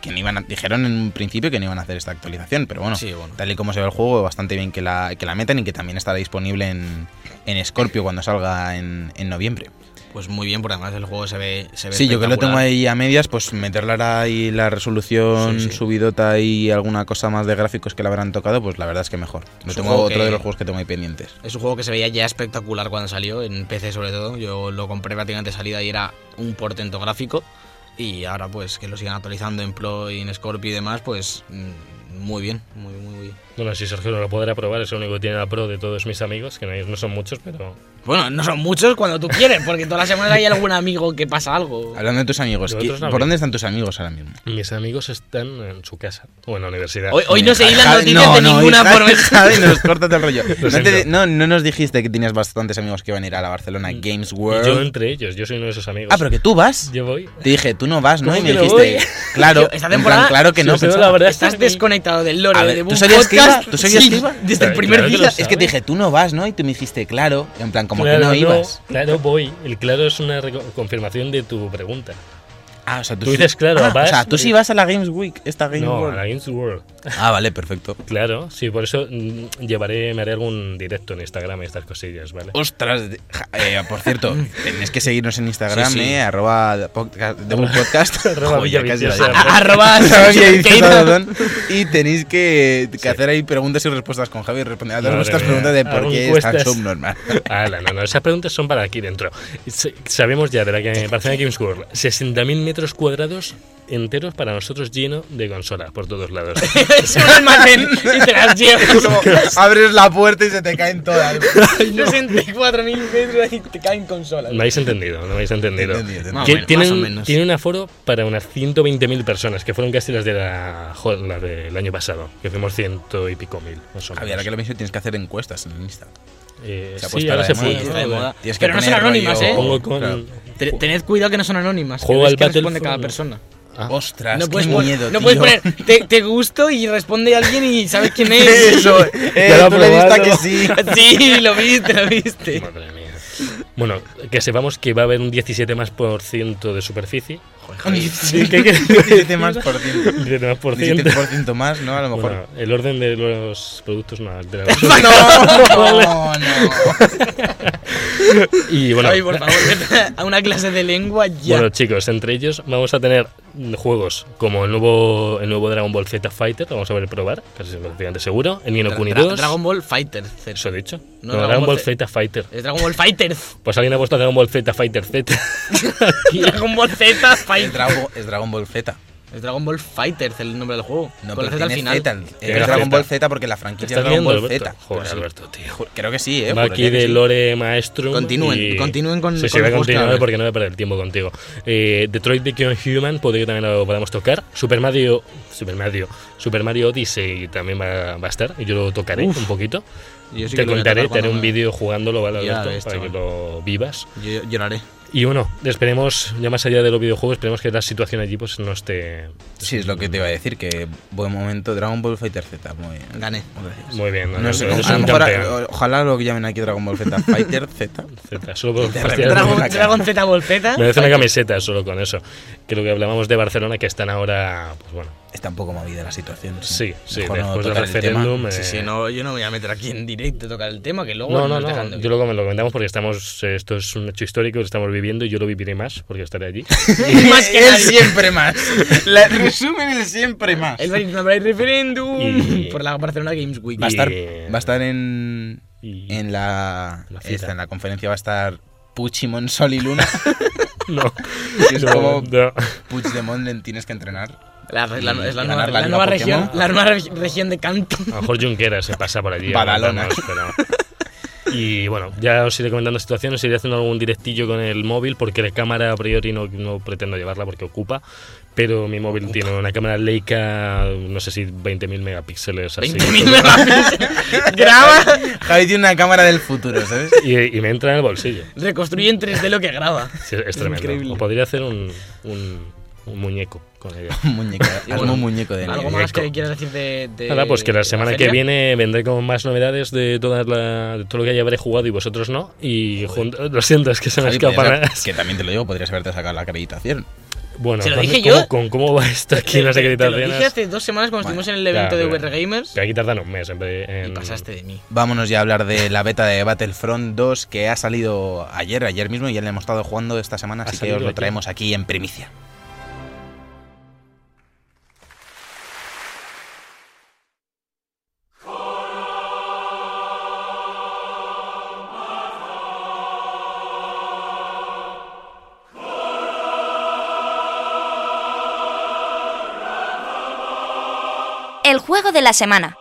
que no iban a- dijeron en un principio que no iban a hacer esta actualización, pero bueno,
Sí, bueno.
tal y como se ve el juego, bastante bien que la, que la metan y que también estará disponible en, en Scorpio cuando salga en, en noviembre.
Pues muy bien, porque además el juego se ve. Se ve
Sí, yo que lo tengo
espectacular.
ahí a medias, pues meterla ahora ahí la resolución
Sí, sí.
subidota y alguna cosa más de gráficos que la habrán tocado, pues la verdad es que mejor. Lo
Es un
tengo
juego
otro
que-
de los juegos que tengo ahí pendientes.
Es un juego que se veía ya espectacular cuando salió, en PC sobre todo. Yo lo compré prácticamente de salida y era un portento gráfico. Y ahora pues que lo sigan actualizando en Pro y en Scorpio y demás, pues mm, muy bien, muy, muy bien.
Bueno, si Sergio no lo podrá probar, es el único que tiene la pro de todos mis amigos, que no, no son muchos, pero.
Bueno, no son muchos cuando tú quieres, porque todas las semanas hay algún amigo que pasa algo.
Hablando de tus amigos,
De
¿qui-
otros no
¿por
hablé.
dónde están tus amigos ahora mismo?
Mis amigos están en su casa o en la universidad.
Hoy, hoy no se hilan
Ja-
noticias de ninguna
hija,
por
Javi, nos córtate el rollo. No, te-
siento.
no, no nos dijiste que tenías bastantes amigos que iban a ir a la Barcelona Games
Mm. Y yo
World.
entre ellos, yo soy uno de esos amigos.
Ah, pero que tú vas.
Yo voy.
Te dije, tú no vas, ¿no?
¿Cómo
Y me
que no
dijiste,
voy?
Yo,
claro,
esta
en plan,
temporada,
claro que
si
no.
os digo
pensaba.
la verdad,
Estás
es que-
desconectado del
A
lore
ver,
de
¿tú
un
sabías que
podcast.
iba? ¿Tú sabías
Sí,
que iba?
Desde el
Claro,
primer
claro que
día.
lo sé.
Es que te dije, tú no vas, ¿no? Y tú me dijiste, claro. En plan, como
claro,
que no ibas.
Claro, voy. El claro es una reco- confirmación de tu pregunta.
Ah, o sea, tú,
Tú
sí-
dices, claro,
Ah,
vas
O sea, tú
y-
sí vas a la Games Week, esta Games
no, a la
World.
Games World.
Ah, vale, perfecto.
Claro, sí, por eso mm, llevaré, me haré algún directo en Instagram y estas cosillas, ¿vale?
Ostras, de- ja- eh, por cierto, tenéis que seguirnos en Instagram,
Sí, sí.
eh, arroba podcast, de un podcast.
Arroba
Joder, casi
Villaviciosa.
la digo.
A- Arroba.
Arroba Villaviciosa,
Keira.
perdón. y tenéis que, que
Sí.
hacer ahí preguntas y respuestas con Javi y responder a todas
Madre
vuestras
mía,
preguntas de por
aún
qué es
cuestas.
tan subnormal.
Ala, no, no, esas preguntas son para aquí dentro. Se- Sabemos ya de la que Barcelona Games World, 60.000 metros cuadrados enteros para nosotros lleno de consolas por todos lados.
Es un almacén y te las llevas.
Como abres la puerta y se te caen todas.
64.000 metros y te caen consolas.
No habéis entendido, no habéis entendido.
Te entendí, te
Más
Que
o menos,
tienen,
más o menos.
tienen un aforo para unas 120.000 personas, que fueron casi las de la, jo, la del año pasado, que fuimos ciento y pico mil. más o
Javi,
menos.
ahora que lo pienso, tienes que hacer encuestas en Insta.
Eh,
Se ha
sí,
puesto
ahora se
la de
puede.
Está de
moda, ¿no?
moda.
Tienes
Pero no son
poner
anónimas, ¿eh?
Pongo con-
Claro.
Te- Tened cuidado que no son anónimas.
Juego
que ves
al
que responde
Battlefield,
cada
¿no?
persona.
Ah.
Ostras,
no
qué
puedes, pon-
miedo,
no puedes
tío.
poner te, te gusto y responde alguien y sabes quién es.
Eso, eh,
Ya lo ha
tú le diste a
probado.
que sí.
Sí, lo viste, lo viste.
Madre mía. Bueno, que sepamos que va a haber un 17 más por ciento de superficie. ¿Qué quieres decir?
17 más por ciento.
17 más por ciento.
17% más, ¿no? A lo mejor.
Bueno, el orden de los productos no altera.
No, no, no.
y bueno,
Javi, por favor, vete a una clase de lengua ya.
Bueno, chicos, entre ellos vamos a tener mm, juegos como el nuevo, el nuevo Dragon Ball Z Fighter, lo vamos a ver probar, casi prácticamente seguro. El Nino
Dra-
Kuni
Dra-
2.
Dragon Ball Fighter. Z.
Eso he dicho.
No,
No, Dragon,
Dragon
Ball
Ball
Z Fighter.
Es Dragon Ball Fighter.
Pues alguien ha puesto Dragon Ball Z Fighter Z. Aquí.
Dragon Ball Z
Es
Fighter.
Dragon, es Dragon Ball Z.
Es Dragon Ball Fighters el nombre del juego.
No,
con la
pero
Z al
tiene
final.
Z, el-
Tiene
Es Dragon
Z.
Ball Z porque la
¿Te
franquicia
estás
es Dragon
riendo,
Ball
Alberto?
Z.
Joder,
Pero sí.
Alberto, tío.
Creo que sí, ¿eh?
Va
juraría
aquí
que
de
sí.
Lore Maestro.
Continúen, continúen con-
Sí, sí,
con
voy a
los
continuar
buscadores.
porque no voy a perder el tiempo contigo. Eh, Detroit Become Human, puede que también lo podamos tocar. Super Mario. Super Mario. Super Mario Odyssey también va, va a estar. y Yo lo tocaré
Uf.
un poquito.
Yo sí que
te
lo voy a
contaré,
tocar
te haré un
cuando me-
vídeo jugándolo, ¿vale,
Ya
Alberto?
ves,
para que
chaval.
lo vivas.
Yo lloraré.
Y bueno, esperemos, ya más allá de los videojuegos, esperemos que la situación allí pues no esté
Sí, es lo que te iba a decir, que buen momento Dragon Ball Fighter Z. Muy bien.
Gané.
Gracias.
muy bien.
No sé,
Eres
a lo
un
mejor,
campeón,
o- ojalá lo llamen aquí Dragon Ball Z Fighter Z.
etcétera. Solo por
de
fastidiar-
repente
Dragon,
la cara.
Dragon Z Ball Z.
Merece una camiseta solo con eso. Que lo que hablábamos de Barcelona, que están ahora, pues bueno,
Está un poco movida la situación.
sí, sí,
Mejor no
después del
tocar el tema.
referéndum. eh,
Sí, sí, no, yo no me voy a meter aquí en directo a tocar el tema, que luego
no, no,
nos
no,
dejan de
yo
oír.
lo, lo comentamos porque estamos, eh, esto es un hecho histórico, lo estamos viviendo y yo lo viviré más porque estaré allí.
Más que
Él
nadie.
siempre más. La- resumen el siempre más.
El Brexit no habrá referéndum
Y-
por la Barcelona Games Week.
Va a estar,
Y-
va a estar en,
Y-
en la,
La
esta,
cita.
en la conferencia va a estar Puchimon Sol y Luna.
No,
que es
no,
como
no.
Puigdemont le tienes que entrenar.
La- la- la- es la
y
nueva,
ganar la
la
Liga
nueva
Pokémon.
región, la nueva reg- región de Canton.
A lo mejor Junquera se pasa por allí.
Badalona.
aguantamos, pero- Y bueno, ya os iré comentando situaciones, iré haciendo algún directillo con el móvil, porque la cámara a priori no, no pretendo llevarla porque ocupa. Pero mi móvil tiene una cámara Leica, no sé si 20.000 megapíxeles así.
20.000 megapíxeles. Graba.
Javi tiene una cámara del futuro, ¿sabes?
Y, y me entra en el bolsillo.
Reconstruye en 3D lo que graba.
Sí, es tremendo.
increíble.
O podría hacer un, un- un muñeco con ella.
Un muñeco,
Y
hazme
bueno,
un muñeco de
¿Algo
nieve.
más que
Muñeco.
quieras decir de, de-
Nada, pues que
de
la semana que
Eh, feria?
viene vendré con más novedades de, todas la- de todo lo que ya habré jugado y vosotros no. Y jun- lo siento, es que se me
Javi,
escapan.
podrías- que también te lo digo, podrías haberte sacado la acreditación.
Bueno,
¿Se lo
con-
dije
¿cómo,
yo?
Con, ¿Cómo va esto aquí en las
Te- te- te lo
acreditaciones?
dije hace dos semanas cuando
Bueno,
estuvimos en el evento
Ya,
de
pero-
VR Gamers
Que aquí tardan un mes en vez de-
y
en-
pasaste de mí.
Vámonos ya a hablar de la beta de Battlefront 2 que ha salido ayer, ayer mismo, y ya le hemos estado jugando esta semana,
Ha
así que
salido
os lo
ayer.
traemos aquí en primicia.
El juego de la semana.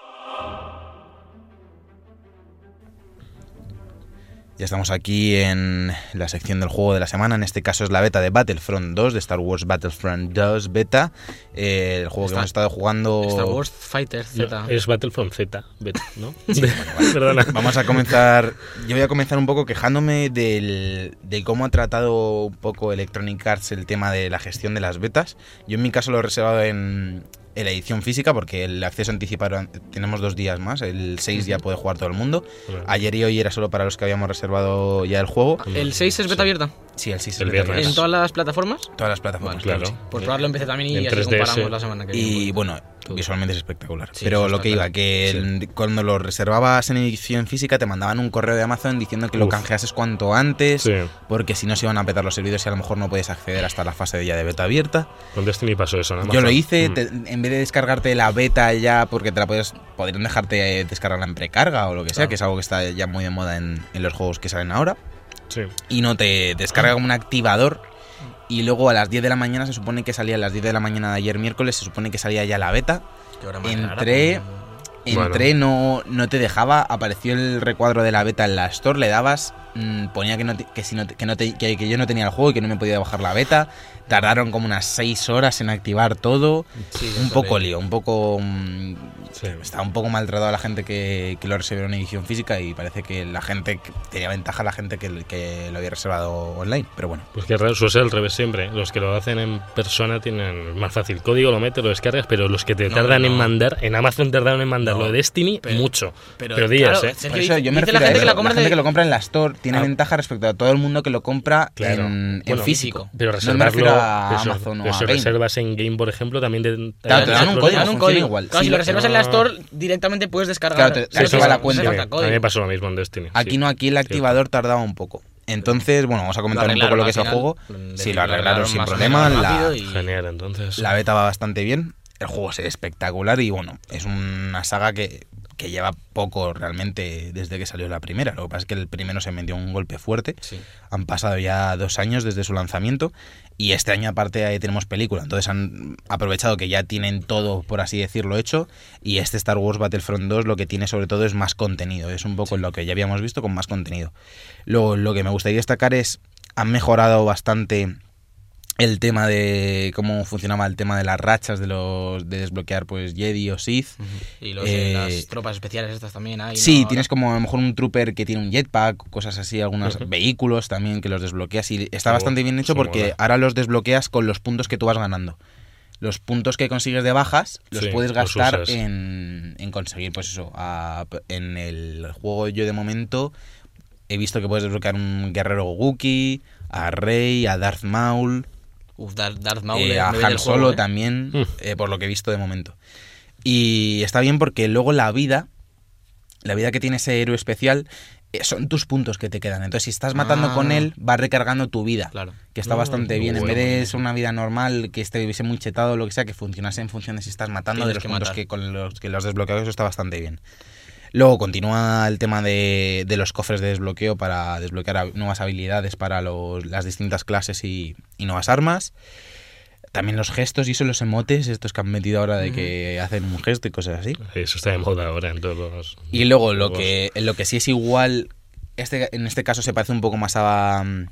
Ya estamos aquí en la sección del juego de la semana, en este caso es la beta de Battlefront 2, de Star Wars Battlefront 2 beta, eh, el juego que
Está-
hemos estado jugando...
Star Wars Fighter Z.
No, Oh. es Battlefront Z, beta, ¿no? Perdona.
Vamos a comenzar. Yo voy a comenzar un poco quejándome del, de cómo ha tratado un poco Electronic Arts el tema de la gestión de las betas. Yo en mi caso lo he reservado en, en la edición física porque el acceso anticipado tenemos dos días más. El 6 ya puede jugar todo el mundo. Ayer y hoy era solo para los que habíamos reservado ya el juego.
¿El 6 es
Sí.
beta
Pues
abierta?
Sí, el 6 es
El
beta
viernes.
abierta.
¿En todas las plataformas?
todas las plataformas.
Claro.
Pues probarlo en PC también y
En
así
3DS.
comparamos la semana que viene.
Y bueno, visualmente es espectacular.
Sí,
Pero
eso
lo
está
que iba,
claro.
que el- cuando lo reservabas en edición física te mandaban un correo de Amazon diciendo que lo
Uf.
canjeases cuanto antes,
Sí,
porque si no se iban a petar los servidores y a lo mejor no puedes acceder hasta la fase de ya de beta abierta.
con Destiny pasó eso, ¿no?
Yo lo
Amazon.
hice,
Mm.
te- en vez de descargarte la beta ya porque te la puedes, podrían dejarte eh, descargarla en precarga o lo que sea,
Claro.
que es algo que está ya muy de moda en, en los juegos que salen ahora,
Sí.
y no te descarga como un activador. Y luego a las 10 de la mañana se supone que salía a las 10 de la mañana de ayer miércoles, se supone que salía ya la beta.
Qué hora más rara,
entré-
pero-
Entré, no, no te dejaba, apareció el recuadro de la beta en la Store, le dabas, mm, ponía que, no te- que, si no te- que, no te- que- que yo no tenía el juego y que no me podía bajar la beta. Tardaron como unas 6 horas en activar todo.
Sí,
un
eso
poco
de-
lío, un poco... mm,
Sí.
Estaba un poco maltratado a la gente que, que lo reservó en edición física y parece que la gente que- tenía ventaja la gente que, que lo había reservado online. Pero bueno,
Pues que raro, suele ser al revés siempre. Los que lo hacen en persona tienen más fácil. Código lo metes, lo descargas, pero los que te
No,
tardan en
no.
mandar, en Amazon tardaron en mandar
No.
lo de Destiny,
Pero-
mucho. Pero,
Pero,
días,
claro,
¿eh?
por
Sergio,
eso yo
dice
me
la
refiero
gente
a
que
eso,
la compra de-
que lo compra en la Store tiene
Ah.
ventaja respecto a todo el mundo que lo compra
Claro.
en, en
Bueno,
físico.
Pero
no me
reservarlo.
refiero a
eso-
Amazon o
pero
a
si
Game.
reservas en Game, por ejemplo, también te,
Claro, te dan un
ese problema.
código.
un
funciona
código.
igual.
Claro,
Sí,
si lo
lo-
reservas en la Store, directamente puedes descargar.
Claro, te-
te
eso
lleva la
no hace
Sí.
cuenta.
A
falta código.
mí me pasó lo mismo en Destiny.
Aquí
sí.
no, aquí el
Cierto.
activador tardaba un poco. Entonces, bueno, vamos a comentar un poco lo que es el juego. Sí, lo arreglaron sin problema. La,
Genial, entonces.
la beta va bastante bien. El juego es espectacular y bueno, es una saga que que lleva poco realmente desde que salió la primera. Lo que pasa es que el primero se metió un golpe fuerte.
Sí.
Han pasado ya dos años desde su lanzamiento y este año aparte ahí tenemos película. Entonces han aprovechado que ya tienen todo, por así decirlo, hecho y este Star Wars Battlefront 2 lo que tiene sobre todo es más contenido. Es un poco lo que ya habíamos visto con más contenido. Luego lo que me gustaría destacar es, han mejorado bastante el tema de cómo funcionaba el tema de las rachas de los de desbloquear pues Jedi o Sith
Y los-
Eh,
las tropas especiales estas también hay.
Sí,
¿no?
tienes como a lo mejor un trooper que tiene un jetpack, cosas así, algunos
Ujú.
vehículos también que los desbloqueas y está
Oh,
bastante bien hecho
eso
porque
mola.
ahora los desbloqueas con los puntos que tú vas ganando. Los puntos que consigues de bajas los
Sí,
puedes
los
gastar
usas.
en, en conseguir, pues eso, a- en el juego yo de momento he visto que puedes desbloquear un guerrero Wookiee, a Rey, a Darth Maul,
Uf, Darth, Darth Maul.
eh,
eh,
a
me viene
Han
el juego,
Solo
¿eh?
también,
Mm.
eh, por lo que he visto de momento. Y está bien porque luego la vida, la vida que tiene ese héroe especial, eh, son tus puntos que te quedan. Entonces, si estás matando
Ah.
con él, va recargando tu vida.
Claro.
Que está
Mm,
bastante
muy
bien.
bueno,
en
muy
vez de
bien.
ser una vida normal, que estuviese muy chetado lo que sea, que funcionase en función de si estás matando,
Tienes
de los
que
puntos
matar.
que con los que los desbloqueados, eso está bastante bien. Luego continúa el tema de, de los cofres de desbloqueo para desbloquear hab- nuevas habilidades para los- las distintas clases y, y nuevas armas. También los gestos y eso, los emotes, estos que han metido ahora de que hacen un gesto y cosas así.
Eso está de moda ahora en todos los.
Y luego lo
juegos.
que, lo que sí es igual, este, en este caso se parece un poco más a, mm,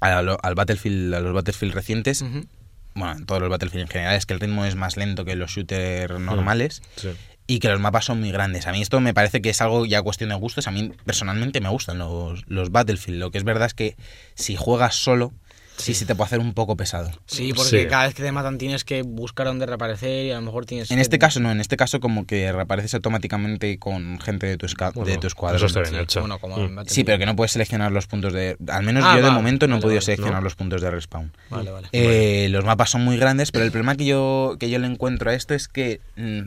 a lo- al Battlefield, a los Battlefield recientes.
Ujú.
Bueno, en todos los Battlefield en general es que el ritmo es más lento que los shooters normales
Sí.
y que los mapas son muy grandes. A mí esto me parece que es algo ya cuestión de gustos. A mí personalmente me gustan los, los Battlefield. Lo que es verdad es que si juegas solo, sí se te puede hacer un poco pesado.
Sí, porque
Sí.
cada vez que te matan tienes que buscar dónde reaparecer y a lo mejor tienes.
En
que-
este caso no, en este caso como que reapareces automáticamente con gente de tu, esca-
Bueno,
de tu
Eso
escuadrón.
está bien
Sí,
hecho.
Bueno, como
Mm.
en Battlefield.
Sí, pero que no puedes seleccionar los puntos de... Al menos
Ah,
yo de
vale,
momento no he
vale,
podido
vale,
seleccionar
¿no?
los puntos de respawn.
Vale, vale.
Eh, los mapas son muy grandes, pero el problema que yo, que yo le encuentro a esto es que mm,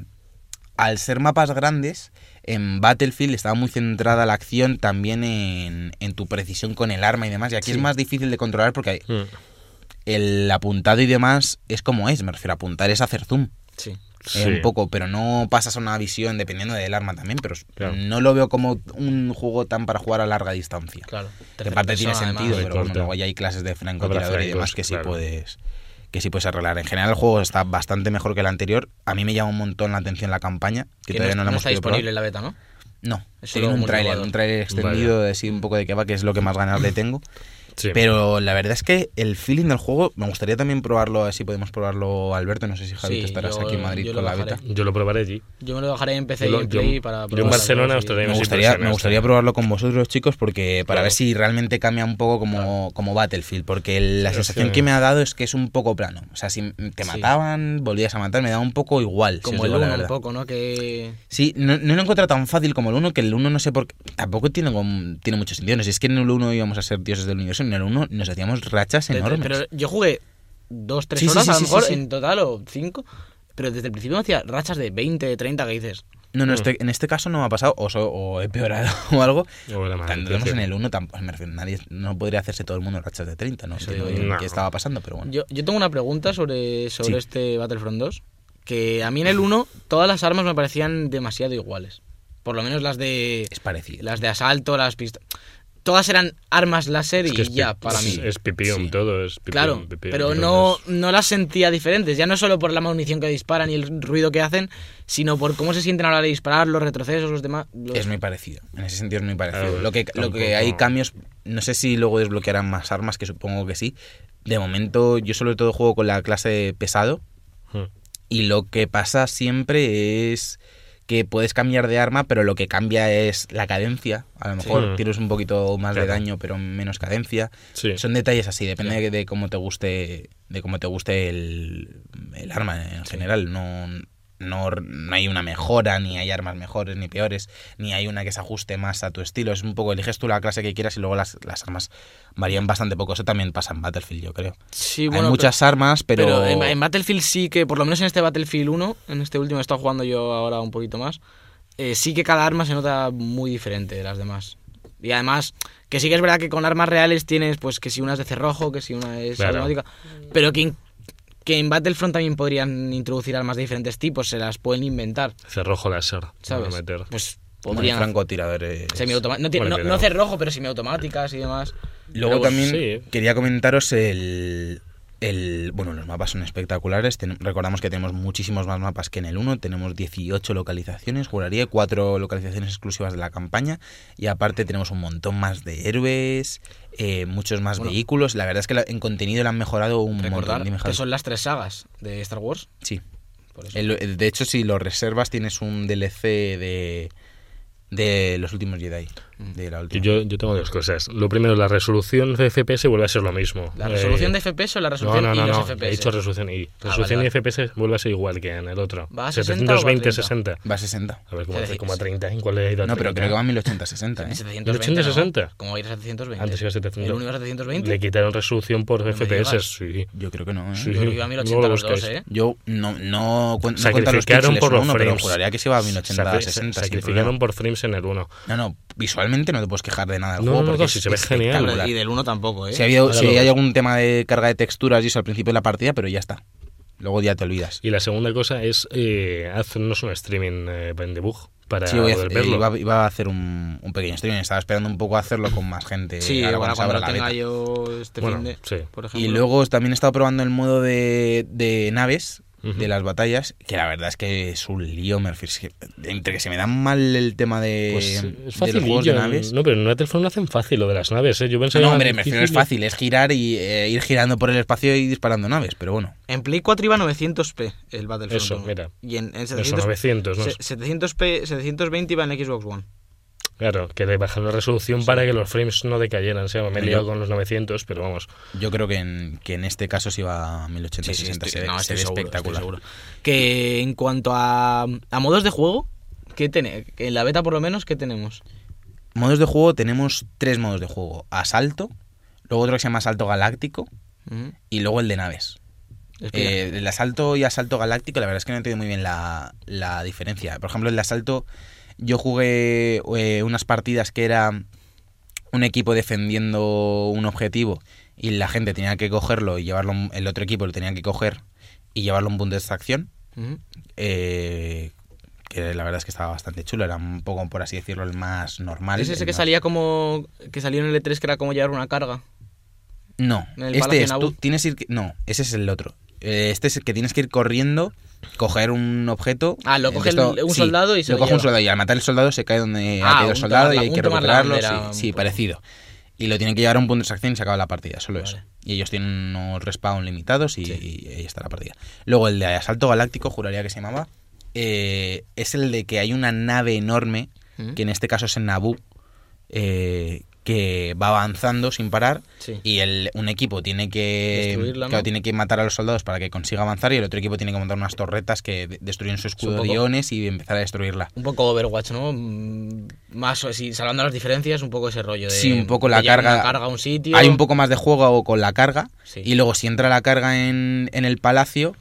al ser mapas grandes, en Battlefield estaba muy centrada la acción también en, en tu precisión con el arma y demás. Y aquí
Sí.
es más difícil de controlar porque
Mm.
el apuntado y demás es como es, me refiero, apuntar es hacer zoom.
Sí.
eh,
Sí.
un poco, pero no pasas a una visión dependiendo del arma también, pero s-
Claro.
no lo veo como un juego tan para jugar a larga distancia.
Claro.
Que en
Tercera
parte tiene
persona, además.
sentido,
Muy
pero bueno,
corta.
luego ya hay clases de francotirador
Habrá
y demás
francos,
que sí
claro.
puedes que sí puedes arreglar. En general el juego está bastante mejor que el anterior. A mí me llama un montón la atención la campaña, que,
Que
todavía no, la
no
hemos
está
podido
disponible
probar.
en la beta, ¿no?
No,
Es
tiene
solo
un tráiler,
multijugador.
un tráiler extendido
Vaya.
de sí, un poco de qué va, que es lo que más ganas le tengo.
Sí.
Pero la verdad es que el feeling del juego, me gustaría también probarlo, a ver si podemos probarlo, Alberto. No sé si Javi
Sí,
tú estarás
yo-
aquí en Madrid
yo
con
lo
la beta.
bajaré.
Yo lo probaré allí.
Yo me lo bajaré en PC
Yo lo-
y en
yo-
Play para
yo en
probarlo,
Barcelona
así.
os traeré
Me
Tenemos
gustaría, me
impresiones,
gustaría
tenemos.
probarlo con vosotros, chicos, porque para
Claro.
ver si realmente cambia un poco como, como Battlefield, porque la
Es
sensación que...
que-
me ha dado es que es un poco plano. O sea, si te
Sí.
mataban, volvías a matar, me da un poco igual. si os
Como el
digo
uno
la
un
verdad.
poco, ¿no? Que.
Sí, no, no lo encuentro tan fácil como el 1, que el 1 no sé por qué. Tampoco tiene, com- tiene mucho sentido. No sé, es que en el 1 íbamos a ser dioses del universo, en el 1 nos hacíamos rachas
Desde-
enormes.
Pero yo jugué dos, tres
Sí, sí,
horas
sí,
a lo
sí,
mejor
sí, sí.
en total o cinco. Pero desde el principio me hacía rachas de 20, 30 que dices.
No, no,
Mm.
este- en este caso no me ha pasado, o, so- o he peorado o algo.
O la madre,
Tendremos
sí.
en el 1, tampoco, me refiero, nadie, no podría hacerse todo el mundo rachas de 30, no
Eso
sé
digo
yo.
qué
No.
estaba pasando, pero bueno.
Yo, yo tengo una pregunta sobre, sobre
Sí.
este Battlefront 2. Que a mí en el 1 todas las armas me parecían demasiado iguales. Por lo menos las de.
es parecido.
Las de asalto, las pistolas. Todas eran armas láser
Es que
y
es
ya,
pi-
para
es-
mí.
Es pipión
Sí.
todo, es pipión,
Claro,
pipión,
pero
pipión,
no,
es-
no las sentía diferentes, ya no solo por la munición que disparan y el ruido que hacen, sino por cómo se sienten a la hora de disparar, los retrocesos, los demás. los-
Es muy parecido, en ese sentido es muy parecido.
Claro,
lo que, lo que
tampoco-
hay cambios, no sé si luego desbloquearán más armas, que supongo que sí. De momento yo sobre todo juego con la clase pesado
Mm.
y lo que pasa siempre es que puedes cambiar de arma, pero lo que cambia es la cadencia. A lo mejor
Mm.
tienes un poquito más de
Claro.
daño, pero menos cadencia.
Sí.
Son detalles así, depende de, de cómo te guste, de cómo te guste el, el arma en general. No, no, no hay una mejora, ni hay armas mejores ni peores, ni hay una que se ajuste más a tu estilo. Es un poco, eliges tú la clase que quieras y luego las, las armas varían bastante poco. Eso también pasa en Battlefield, yo creo.
Sí,
hay
bueno,
muchas armas, pero...
pero, pero en, en Battlefield sí que, por lo menos en este Battlefield 1, en este último he estado jugando yo ahora un poquito más, eh, sí que cada arma se nota muy diferente de las demás. Y además, que sí que es verdad que con armas reales tienes, pues que si una es de cerrojo, que si una es
Claro.
automática, pero que in- que en Battlefront también podrían introducir armas de diferentes tipos, se las pueden inventar,
Cerrojo láser.
¿sabes?
Van a meter.
Pues
Podrían.
podrían.
francotiradores.
Semiautomáticas. No, tiene-
Bueno,
no,
pero-
no cerrojo, pero semiautomáticas y demás.
Luego
Pero,
también
sí.
quería comentaros el, el- Bueno, los mapas son espectaculares. ten- recordamos que tenemos muchísimos más mapas que en el 1. Tenemos 18 localizaciones, juraría, 4 localizaciones exclusivas de la campaña. Y aparte tenemos un montón más de héroes, eh, muchos más
Bueno.
vehículos. La verdad es que la- en contenido le han mejorado un
Recordar
montón. Dime,
que
Javi.
son las tres sagas de Star Wars.
Sí.
Por eso.
El- el- de hecho, si lo reservas, tienes un DLC de, de los últimos Jedi.
Mm.
De la última.
Yo, yo tengo dos cosas. Lo primero, la resolución de FPS vuelve a ser lo mismo.
¿La resolución
Eh,
de FPS o la
No,
resolución
no, no,
y los
no.
FPS?
He dicho resolución y resolución
Ah, vale,
y FPS vuelve a ser igual que en el otro.
¿Va a 60 o va a
720
30?
60.
Va a 60.
A ver cómo
Es
hace
decir,
como a 30 en cuál he ido a
No, pero
30?
creo que va a 1080-60, ¿eh?
720,
860.
¿no? ¿Cómo va a ir a 720?
Antes iba a 720.
¿El uno iba a 720?
Le quitaron resolución por
me
FPS,
digas.
sí.
Yo creo que no, ¿eh?
Sí.
Yo creo que iba a
No
1080
lo
los dos,
busquéis.
¿eh?
Yo no, no, cuen- no cuento los
Sacrificaron
píxeles
por
solo
los
uno, pero
frames.
juraría que se va a 1080
Sacri-
60. sin
Sacrificaron
problema.
por frames en el 1.
No, no, visualmente no te puedes quejar de nada del
No,
juego.
no, no,
porque
si
es
se ve genial.
espectacular.
Hombre, Y del 1 tampoco, ¿eh?
Si, ha habido,
Ahora
si
lo
hay
ves.
algún tema de carga de texturas y eso al principio de la partida, pero ya está. Luego ya te olvidas.
Y la segunda cosa es eh, hacernos un streaming eh, en debug para
Sí, voy a
poder
hacer- eh,
verlo.
iba, iba a hacer un, un pequeño streaming, estaba esperando un poco hacerlo con más gente.
Sí,
ahora
ahora
se abra
cuando
la
tenga
beta.
yo este
Bueno,
fin de,
sí.
por ejemplo.
Y luego también he estado probando el modo de, de naves,
Ujú.
de las batallas, que la verdad es que es un lío, me refiero, es que entre que se me da mal el tema de,
Pues, eh, es
de los
fácil.
juegos de naves. No,
No, pero en Battlefront lo hacen fácil lo de las naves. ¿eh? Yo pensaba que
hombre,
era
me refiero, es
difícil.
fácil, es girar y eh, ir girando por el espacio y disparando naves, pero bueno.
En Play 4 iba a 900p el Battlefront.
Eso,
uno.
mira.
Y en, en
Eso, 900,
700,
¿no?
se- 700p, 720 iba en Xbox One.
Claro, que le bajaron la resolución para que los frames no decayeran. O sea, me he
Pero
liado
yo-
con los 900, pero vamos.
Yo creo que en, que en este caso sí va a 1080 60 se ve,
no,
se
estoy
ve
seguro,
espectacular.
estoy seguro. Que en cuanto a, a modos de juego, ¿qué tiene? En la beta por lo menos, ¿qué tenemos?
Modos de juego, tenemos tres modos de juego. Asalto, luego otro que se llama Asalto Galáctico
Ujú.
y luego el de naves.
Explica.
Eh, el asalto y asalto galáctico, la verdad es que no he entendido muy bien la, la diferencia. Por ejemplo, el de asalto, yo jugué eh, unas partidas que era un equipo defendiendo un objetivo y la gente tenía que cogerlo y llevarlo, a un- el otro equipo lo tenía que coger y llevarlo a un punto de extracción.
Ujú.
eh, que la verdad es que estaba bastante chulo, era un poco, por así decirlo, el más normal.
¿Es
el
ese que
más-
salía como. que salió en el E3 que era como llevar una carga?
No,
¿En el
este
Palacio
es,
Naboo?
tú tienes que ir, no, ese es el otro. Eh, Este es el que tienes que ir corriendo, coger un objeto.
Ah, lo
eh,
coge el-
esto-
un soldado y se
lo
lo
coge un
lleva.
soldado y al matar el soldado se cae donde
Ah,
ha caído el
un
soldado
tomar
y
la-
hay
un
que
tomar la
recuperarlo.
bandera,
sí,
un
sí,
poco.
parecido. Y lo tienen que llevar a un punto de extracción y se acaba la partida, solo eso.
Vale.
Y ellos tienen unos respawn limitados y, y ahí está la partida. Luego el de asalto galáctico, juraría que se llamaba, eh, es el de que hay una nave enorme
Ujú.
que en este caso es en Naboo, eh, que va avanzando sin parar
Sí.
y el, un equipo tiene que,
Destruirla, ¿no?
claro, tiene que matar a los soldados para que consiga avanzar y el otro equipo tiene que montar unas torretas que de- destruyen su escudo
poco-
de iones y empezar a destruirla.
Un poco Overwatch, ¿no? Mm, Más, o- sí, salvando las diferencias, un poco ese rollo de.
Sí, un poco la
de llevar
carga-
una carga a un sitio.
Hay un poco más de juego con la carga
Sí.
y luego si entra la carga en, en el palacio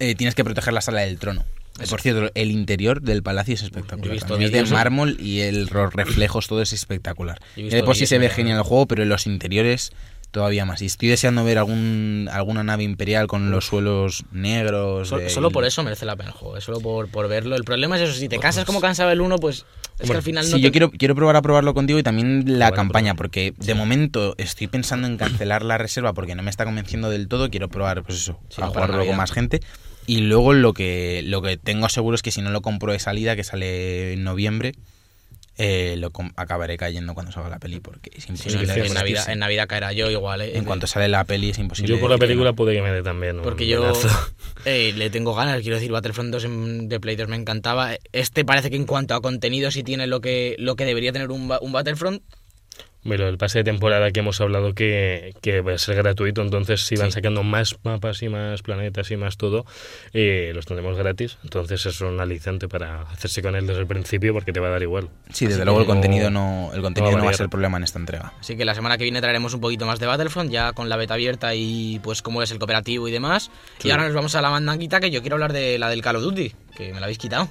eh, tienes que proteger la sala del trono. Por cierto, el interior del palacio es
Yo he
espectacular.
visto
también. Es de
vídeos, ¿eh?
mármol y el, los reflejos, todo es espectacular.
Yo he
Y
visto
después sí
vídeos,
se ve
¿no?
genial el juego, pero en los interiores todavía más. Y estoy deseando ver algún, alguna nave imperial con los suelos negros.
Sol-
de-
solo por eso merece la pena el juego, eh, solo por, por verlo. El problema es eso,
Pues
si te casas como cansaba el uno, pues. Es que
Hombre,
al final
Sí,
no.
yo
te-
quiero, quiero probar a probarlo contigo y también la
Probar a
campaña, porque de momento estoy pensando en cancelar la reserva porque no me está convenciendo del todo. Quiero probar, pues eso,
Sí,
a
no, para
jugarlo con
Navidad.
más gente. Y luego lo que, lo que tengo seguro es que si no lo compro de salida, que sale en noviembre, eh, lo com- acabaré cayendo cuando salga la peli, porque es
Sí, no,
imposible.
en, en
resistirse.
Navidad, en Navidad caerá yo igual, eh,
En cuanto sale la peli es imposible.
Yo por la
decir que
película
no.
pude que me dé también. un
Porque yo
pedazo.
eh, le tengo ganas, quiero decir, Battlefront 2 en- de Play 2 me encantaba. Este parece que en cuanto a contenido sí tiene lo que, lo que debería tener un, ba- un Battlefront.
Pero el pase de temporada que hemos hablado que, que va a ser gratuito, entonces si van sacando más mapas y más planetas y más todo, eh, los tendremos gratis. Entonces es un aliciente para hacerse con él desde el principio porque te va a dar igual.
Sí, desde
Así
luego
que
el contenido no, el contenido no va a
variar.
ser problema en esta entrega.
Así que la semana que viene traeremos un poquito más de Battlefront, ya con la beta abierta y pues cómo es el cooperativo y demás.
Sí.
Y ahora nos vamos a la mandanguita que yo quiero hablar de la del Call of Duty, que me la habéis quitado.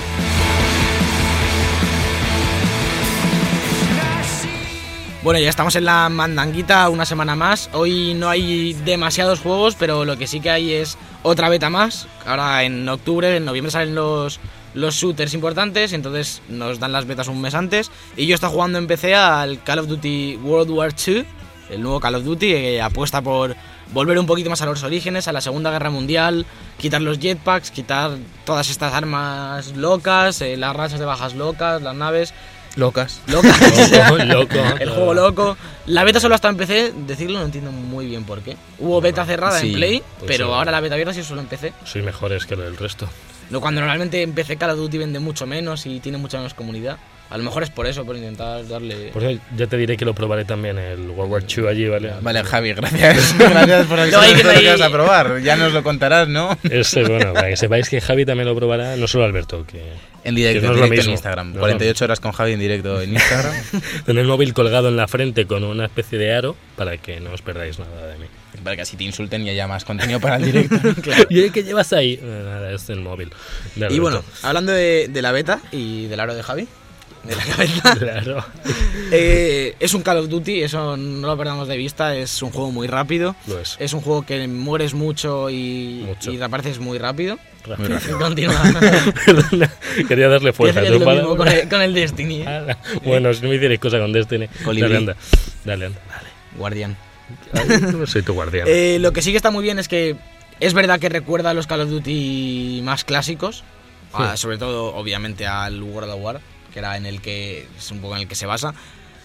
Bueno, ya estamos en la mandanguita una semana más. Hoy no hay demasiados juegos, pero lo que sí que hay es otra beta más. Ahora en octubre, en noviembre salen los, los shooters importantes, entonces nos dan las betas un mes antes. Y yo estoy jugando en PC al Call of Duty World War II, el nuevo Call of Duty, que apuesta por volver un poquito más a los orígenes, a la Segunda Guerra Mundial, quitar los jetpacks, quitar todas estas armas locas, eh, las rachas de bajas locas, las naves
Locas.
locas.
Loco, loco.
El juego loco. La beta solo está en PC, decirlo no entiendo muy bien por qué. Hubo beta cerrada
Sí,
en Play,
pues
pero
sí.
ahora la beta abierta sí es solo en PC.
Soy mejores que lo del resto.
Lo cuando normalmente en PC Call of Duty vende mucho menos y tiene mucha menos comunidad. A lo mejor es por eso, por intentar darle...
Por eso ya te diré que lo probaré también el World War II allí, ¿vale?
Vale, Javi, gracias. gracias por
No, hay que
avisarnos todo lo que
reír.
vas a probar. Ya nos lo contarás, ¿no?
Ese, bueno, para que sepáis que Javi también lo probará, no solo Alberto, que
En directo,
Que no
en,
es lo
directo en
mismo. No
Instagram.
es lo
48 horas con Javi en directo en Instagram.
Tener el móvil colgado en la frente con una especie de aro para que no os perdáis nada de mí.
para que así te insulten y haya más contenido para el directo.
¿Y qué llevas ahí? Eh, Nada, es el móvil. de
Y
Alberto.
bueno, hablando de, de la beta y del aro de Javi, de la cabeza,
Claro.
eh, es un Call of Duty, eso no lo perdamos de vista, es un juego muy rápido.
Lo es.
Eh,
Es un juego que mueres mucho y,
Mucho.
y te apareces muy rápido.
Rápido.
Continúa.
Perdona, Quería darle
Voy a
fuerza.
hacer
a tu
lo mismo con
palabra.
el, con el Destiny.
Ala. Bueno, si no me hicierais cosa con Destiny.
Colibrí.
Dale, anda. Dale, anda. Vale.
Guardián.
Ay, no soy tu guardián.
Eh, lo que sí que está muy bien es que es verdad que recuerda a los Call of Duty más clásicos, a- sobre todo obviamente al World of War, que era en el que es un poco en el que se basa.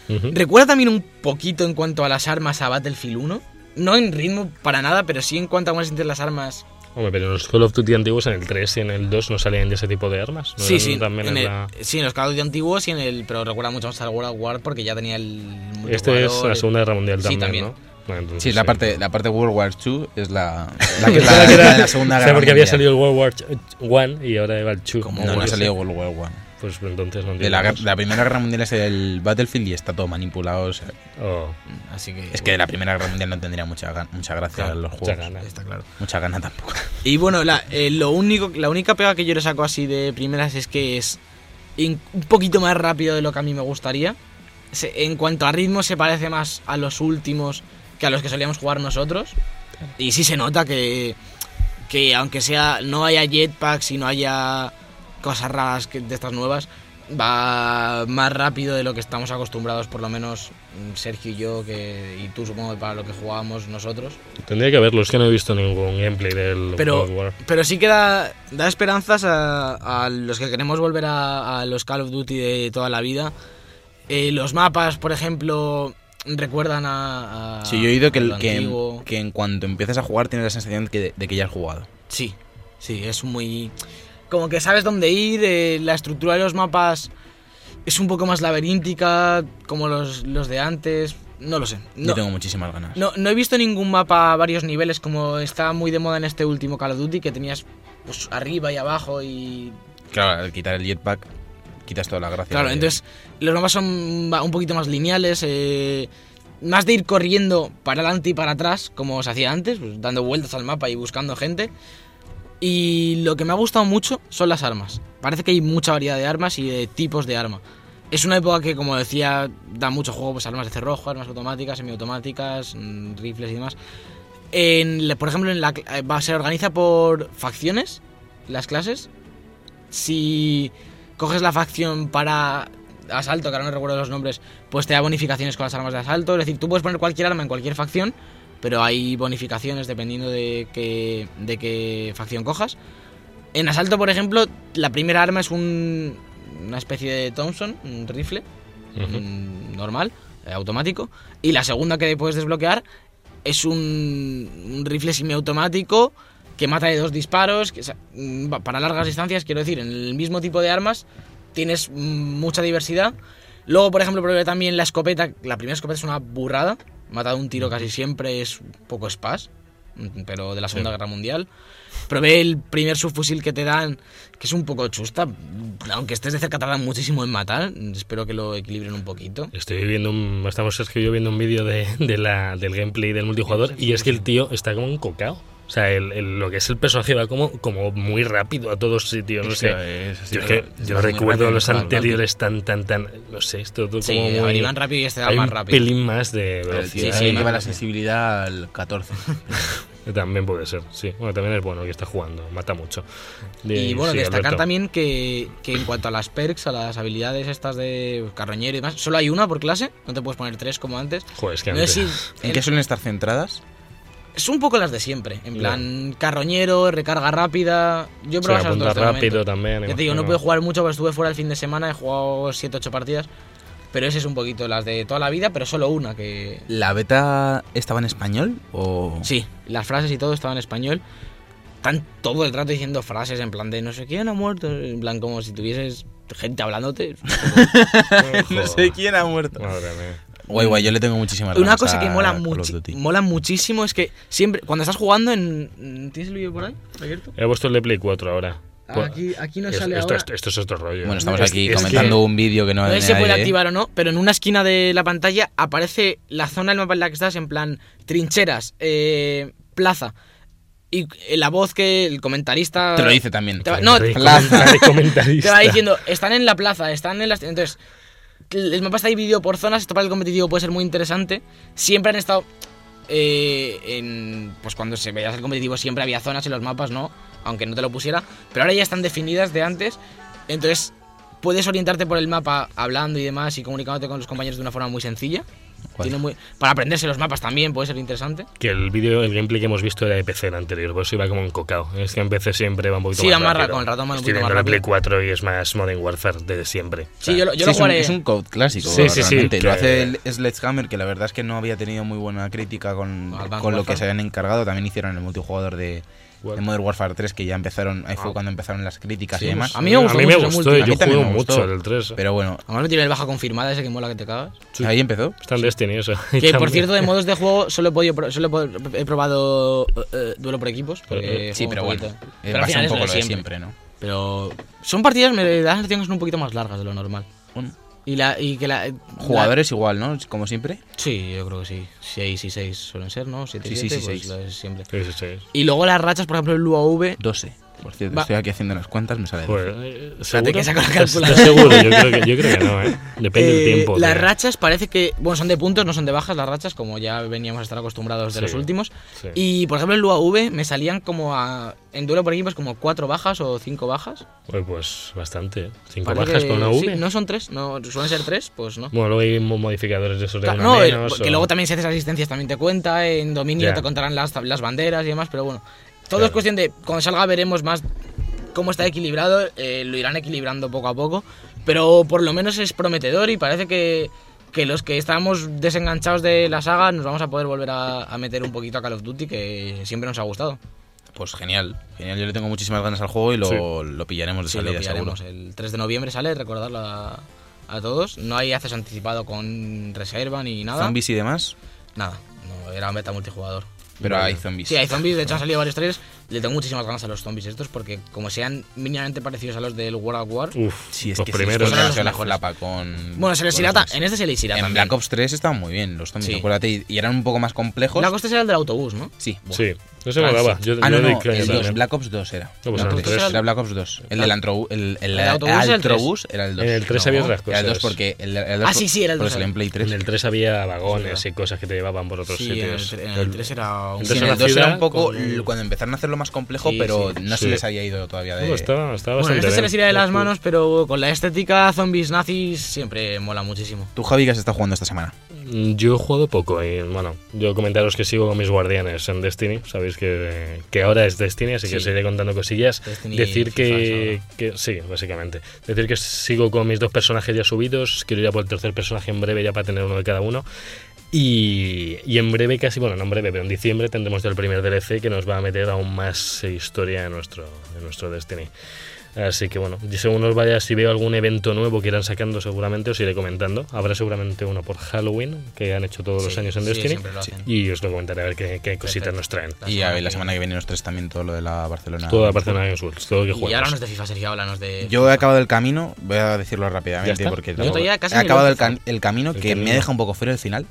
Ujú.
Recuerda también un poquito en cuanto a las armas a Battlefield 1, no en ritmo para nada, pero sí en cuanto a cómo se sienten las armas.
Hombre, pero en los Call of Duty antiguos, en el 3 y en el 2, no salían de ese tipo de armas. ¿No
sí,
eran
sí,
También
en
en
el-
la-
sí, en los Call of Duty antiguos y en el, pero recuerda mucho más al World of War porque ya tenía el
Este es
multijugador,
la Segunda Guerra Mundial
Sí,
también, ¿no? Ah, entonces,
eh, Sí, la parte, la parte World War II es la, la que es
Pensaba
la,
que era-
la de la Segunda
o sea,
Guerra
porque había
Mundial.
salido el World War One y ahora va el Chu.
Como
No, no
World
ha
War
salido World War One.
Pues entonces no
De
entiendo.
la, guer- la Primera Guerra Mundial es el Battlefield y está todo manipulado. o sea,
Oh,
Así que,
es que de la Primera Guerra Mundial no tendría mucha, gan- mucha gracia
Claro,
los
mucha
juegos.
gana.
está claro.
Mucha gana tampoco.
Y bueno, la, eh, lo único, la única pega que yo le saco así de primeras es que es in- un poquito más rápido de lo que a mí me gustaría. Se- en cuanto a ritmo, se parece más a los últimos que a los que solíamos jugar nosotros. Y sí se nota que, que aunque sea no haya jetpacks y no haya cosas raras que- de estas nuevas, va más rápido de lo que estamos acostumbrados, por lo menos mm, Sergio y yo, que, y tú supongo que para lo que jugábamos nosotros.
Tendría que verlo, es que no he visto ningún gameplay del
Pero,
World War.
pero sí que da, da esperanzas a, a los que queremos volver a, a los Call of Duty de toda la vida. Eh, los mapas, por ejemplo, recuerdan a. a-
Sí, yo he oído que,
a
el-
lo
que,
antiguo.
que en cuanto empiezas a jugar tienes la sensación que- de que ya has jugado.
Sí, sí, es muy. Como que sabes dónde ir, eh, la estructura de los mapas es un poco más laberíntica, como los, los de antes. No lo sé.
Yo
No,
tengo muchísimas ganas.
No, no he visto ningún mapa a varios niveles como está muy de moda en este último Call of Duty, que tenías pues, arriba y abajo y...
Claro, al quitar el jetpack quitas toda la gracia.
Claro,
de-
entonces los mapas son ma- un poquito más lineales, eh, más de ir corriendo para adelante y para atrás, como se hacía antes, pues, dando vueltas al mapa y buscando gente. Y lo que me ha gustado mucho son las armas. Parece que hay mucha variedad de armas y de tipos de arma. Es una época que, como decía, da mucho juego, pues armas de cerrojo, armas automáticas, semiautomáticas, mm, rifles y demás. En, la- por ejemplo, en la, cl- eh, va- se organiza por facciones, las clases. Si coges la facción para asalto, que ahora no recuerdo los nombres, pues te da bonificaciones con las armas de asalto. Es decir, tú puedes poner cualquier arma en cualquier facción, pero hay bonificaciones dependiendo de qué, de qué facción cojas. En asalto, por ejemplo, la primera arma es un- una especie de Thompson, un rifle
Ujú.
mm, normal, eh, automático. Y la segunda que puedes desbloquear es un, un rifle semiautomático que mata de dos disparos. Que, o sea, mm, va- para largas distancias, quiero decir, en el mismo tipo de armas tienes mm, mucha diversidad. Luego, por ejemplo, probé también la escopeta. La primera escopeta es una burrada. Matado un tiro casi siempre es un poco spas, Mm, pero de la Segunda Guerra Mundial. Probé el primer subfusil que te dan, que es un poco chusta. Aunque estés de cerca, tardan muchísimo en matar. Espero que lo equilibren un poquito.
Estoy viendo un, estamos Sergio y yo viendo un vídeo de, de la, del gameplay del multijugador y es que el tío está como un cocao. O sea, el, el- lo que es el personaje va como, como muy rápido a todos sitios, no
Es
sé.
que es así,
yo es que
es
yo
muy
recuerdo
rápido,
los
claro,
anteriores tan, tan, tan... No sé, esto todo
Sí,
como muy...
van rápido y este da
hay
más
un
rápido.
pelín más de
El
velocidad.
tío
sí,
lleva
no,
la
sí.
sensibilidad al 14.
También puede ser, sí. Bueno, también es bueno que está jugando, mata mucho.
Y bueno,
sí,
destacar
Alberto.
también que, que en cuanto a las perks, a las habilidades estas de carroñero y demás, solo hay una por clase, no te puedes poner tres como antes.
Joder, es que
No sé
antes-
si-
¿En qué suelen estar centradas?
es un poco las de siempre, en plan carroñero, recarga rápida. Yo he
Se la
probado esas
apunta
dos de
rápido
momento.
también.
Ya te digo, no
imagino.
pude jugar mucho porque estuve fuera el fin de semana, he jugado 7-8 partidas, pero ese es un poquito las de toda la vida, pero solo una que...
¿La beta estaba en español o...?
Sí, las frases y todo estaban en español. Están todo el rato diciendo frases en plan de no sé quién ha muerto, en plan como si tuvieses gente hablándote.
no sé quién ha muerto.
Madre mía.
Guay, guay, yo le tengo muchísimas ganas
Una cosa
a
que mola,
Call of
muchi-
Duty.
mola muchísimo es que siempre, cuando estás jugando en... ¿Tienes el vídeo por ahí? ¿Abierto?
He puesto el de Play 4 ahora.
Ah, Aquí, aquí no
Pues, Es-
sale
esto,
ahora.
esto- esto es otro rollo. ¿eh?
Bueno, estamos
Es-
aquí
es que-
comentando un vídeo que no...
No sé si
en
se puede
aire, ¿eh?
activar o no, pero en una esquina de la pantalla aparece la zona del mapa en la que estás, en plan trincheras, eh, plaza. Y eh, la voz que el comentarista.
Te lo dice también.
Te va- no,
de
te
Plaza.
comentar- comentarista.
va diciendo, están en la plaza, están en las. Entonces, el mapa está dividido por zonas, esto para el competitivo puede ser muy interesante. Siempre han estado. eh, en, pues cuando se veías el competitivo siempre había zonas en los mapas, ¿no? Aunque no te lo pusiera. Pero ahora ya están definidas de antes. Entonces, puedes orientarte por el mapa hablando y demás y comunicándote con los compañeros de una forma muy sencilla.
Guay.
Tiene muy, para aprenderse los mapas también puede ser interesante.
Que el vídeo, el gameplay que hemos visto era de PC el anterior, por eso iba como un cocao. Es que en PC siempre va un poquito
Sí,
más
va más
rápido.
ra- con el ratón va un
Estoy
poquito más
viendo la
rápido.
Play 4 y es más Modern Warfare de siempre. O sea,
Sí, yo lo, yo
Sí,
lo
es, un,
jugaré.
es un code clásico.
Sí, sí, sí,
realmente. Lo
que-
hace el Sledgehammer, que la verdad es que no había tenido muy buena crítica con,
No, Advanced
con lo
Warfare.
que se habían encargado. También hicieron el multijugador de,
War-
de Modern Warfare 3, que ya empezaron. Ahí fue
Ah.
cuando empezaron las críticas
Sí,
y demás.
a mí me gustó mucho ese multi.
A
yo
mí también
juego
me gustó.
mucho el del 3.
Pero bueno,
Además no tiene el baja confirmada, ese que mola que te cagas.
Sí.
ahí empezó.
Está en Destiny eso. Y
Que por
también-
cierto, de modos de juego solo he, podido, pro- solo he pod- he probado eh, eh, duelo por equipos. Porque
Sí,
juego
pero
un
bueno.
poquito.
eh,
Pero al
va a ser
final
un
es
poco
lo de siempre.
¿no?
Pero son partidas, me da la sensación que son un poquito más largas de lo normal.
Bueno,
Y, la, y que la.
jugadores igual, ¿no? Como siempre.
la- sí, yo creo que sí. 6 y 6 suelen ser, ¿no? 7 y
Sí, sí,
7,
sí,
pues
seis.
lo de siempre.
Sí, sí, sí.
Y luego las rachas, por ejemplo, el UAV.
12. Por cierto,
Va.
estoy aquí haciendo las cuentas, me sale.
Joder, eh, ¿seguro?
que saco la
¿Estás- estás
calculadora.
seguro? Yo creo, que, yo creo que no, ¿eh? Depende del
Eh,
tiempo.
Las
tío.
rachas parece que. Bueno, son de puntos, no son de bajas las rachas, como ya veníamos a estar acostumbrados de
Sí,
los últimos.
sí.
Y por ejemplo, el UAV me salían como a. En duelo por equipos, como 4 bajas o 5 bajas.
Joder, Pues bastante. ¿eh? Cinco
Parece
bajas
que-
con una
sí,
V.
no son tres, no, suelen ser tres, pues no.
Bueno, luego hay mo- modificadores de esos de
Claro,
una
no, el-
menos,
que
o-
luego también si haces asistencias también te cuenta, en dominio
Ya.
te contarán las, tab- las banderas y demás, pero bueno. Todo
Claro.
es cuestión de, cuando salga veremos más cómo está equilibrado, eh, lo irán equilibrando poco a poco, pero por lo menos es prometedor y parece que, que los que estábamos desenganchados de la saga nos vamos a poder volver a, a meter un poquito a Call of Duty, que siempre nos ha gustado.
Pues genial. Genial, yo le tengo muchísimas ganas al juego y lo,
Sí.
lo pillaremos de
Sí, lo
salida, seguro.
pillaremos. eh. El 3 de noviembre sale, recordarlo a, a todos. No hay acceso anticipado con reserva ni nada.
Zombies y demás,
Nada, no, era meta multijugador.
pero hay zombies.
Sí, hay zombies, de hecho han salido varios trailers. Le tengo muchísimas ganas a los zombies estos porque como sean mínimamente parecidos a los del World of War...
Uf,
Sí, es
los
que sí,
primeros.
esto
Son
se
los
la
mejores.
solapa con.
bueno, se les
con
irá...
los
ta-
zombies.
En este se les irá
En
también.
Black Ops 3 estaban muy bien los zombies,
Sí.
acuérdate. y- Y eran un poco más complejos.
Black Ops era el del autobús, ¿no?
Sí.
Sí, no ¿eh? se
Ah,
molaba.
sí.
Yo,
Ah,
yo
no,
le
no,
creía
el 2,
también.
Black Ops 2 era.
No, pues
Black
en el
Ops 2
tres.
era Black Ops 2. El del antrobús, el, el,
El autobús era el
altrobús era el 2.
En el tres había otras
Era el 2
cosas.
porque el, el
Ah,
dos
sí, sí, era el
porque
dos,
salió en Play 3.
En el 3 había vagones y cosas que te llevaban por otros
Sí, en el,
sitios.
tre- en el 3 era un...
el
Sí,
tres
en el
era
2 era un
ciudad
poco
con-
l- cuando empezaron a hacerlo más complejo,
Sí,
pero
sí.
no se
Sí.
les había ido todavía de.
No, estaba, estaba
Bueno, en
bastante
este se
bien.
les irá de las manos, pero con la estética zombies nazis siempre mola muchísimo.
Tú, Javi, que has estado jugando esta semana.
Mm, Yo he jugado poco y bueno, yo comentaros que sigo con mis guardianes en Destiny, sabéis que, que ahora es Destiny, así que
Sí.
os iré contando cosillas.
Destiny
Decir
y
que,
FIFA
que- sí, básicamente. Decir que sigo con mis dos personajes ya subidos, quiero ir a por el tercer personaje en breve ya para tener uno de cada uno. Y, y en breve, casi, bueno, no en breve, pero en diciembre tendremos el primer DLC que nos va a meter aún más eh, historia en nuestro, en nuestro Destiny. Así que bueno, yo según os vaya, si veo algún evento nuevo que irán sacando seguramente, os iré comentando. Habrá seguramente uno por Halloween, que han hecho todos los
Sí,
años en
sí,
Destiny.
siempre lo hacen.
Y os lo comentaré a ver qué, qué cositas
Perfecto.
nos traen.
La
Y a
semana
ver, la
que
semana que viene los tres también todo lo de la Barcelona.
Todo de Barcelona Games World, todo lo que
Y
juegas.
háblanos de FIFA, Sergio, háblanos de.
Yo he acabado el camino, voy a decirlo
¿Ya
rápidamente
está?
porque
Yo
tampoco-
todavía casi
he
ni lo
acabado
he
el, cam-
empezado.
el camino
El
que me
camino.
ha dejado un poco frío el final.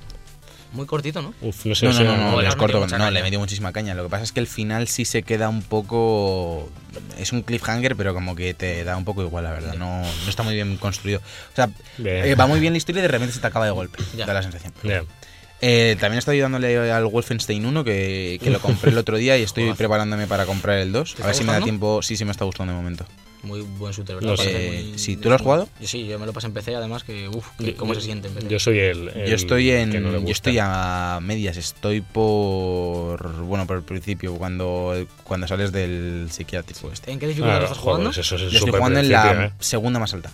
Muy cortito, ¿no?
Uf, no sé,
No,
no
no,
sé,
no, no,
no, le
le es
has
corto,
metido mucha
no, le
caña.
metí muchísima caña. Lo que pasa es que el final sí se queda un poco. Es un cliffhanger, pero como que te da un poco igual, la verdad. No, no está muy bien construido. O sea,
Bien.
eh, va muy bien la historia y de repente se te acaba de golpe.
Ya.
Da la sensación.
Ya.
Eh, también estoy ayudándole al Wolfenstein 1, que, que lo compré el otro día y estoy
Joder.
preparándome para comprar el 2.
¿Te
A ver
está
si me da
gustando?
tiempo. Sí, sí, me está gustando de momento.
Muy buen shooter, ¿verdad?
No
Parece
sé.
muy-
Sí, ¿tú lo has jugado?
Yo sí, yo me lo pasé en PC, además, que. Uf, que ¿cómo se siente en PC?
Yo soy el. el
Yo estoy
que
en.
no le
yo
gusta.
estoy a medias. Estoy por. Bueno, por el principio, cuando, cuando sales del psiquiátrico este.
¿En qué dificultad
Ah,
lo estás jugando?
joder, eso es el
Yo estoy
super
jugando en
principio,
la
¿eh?
segunda más alta.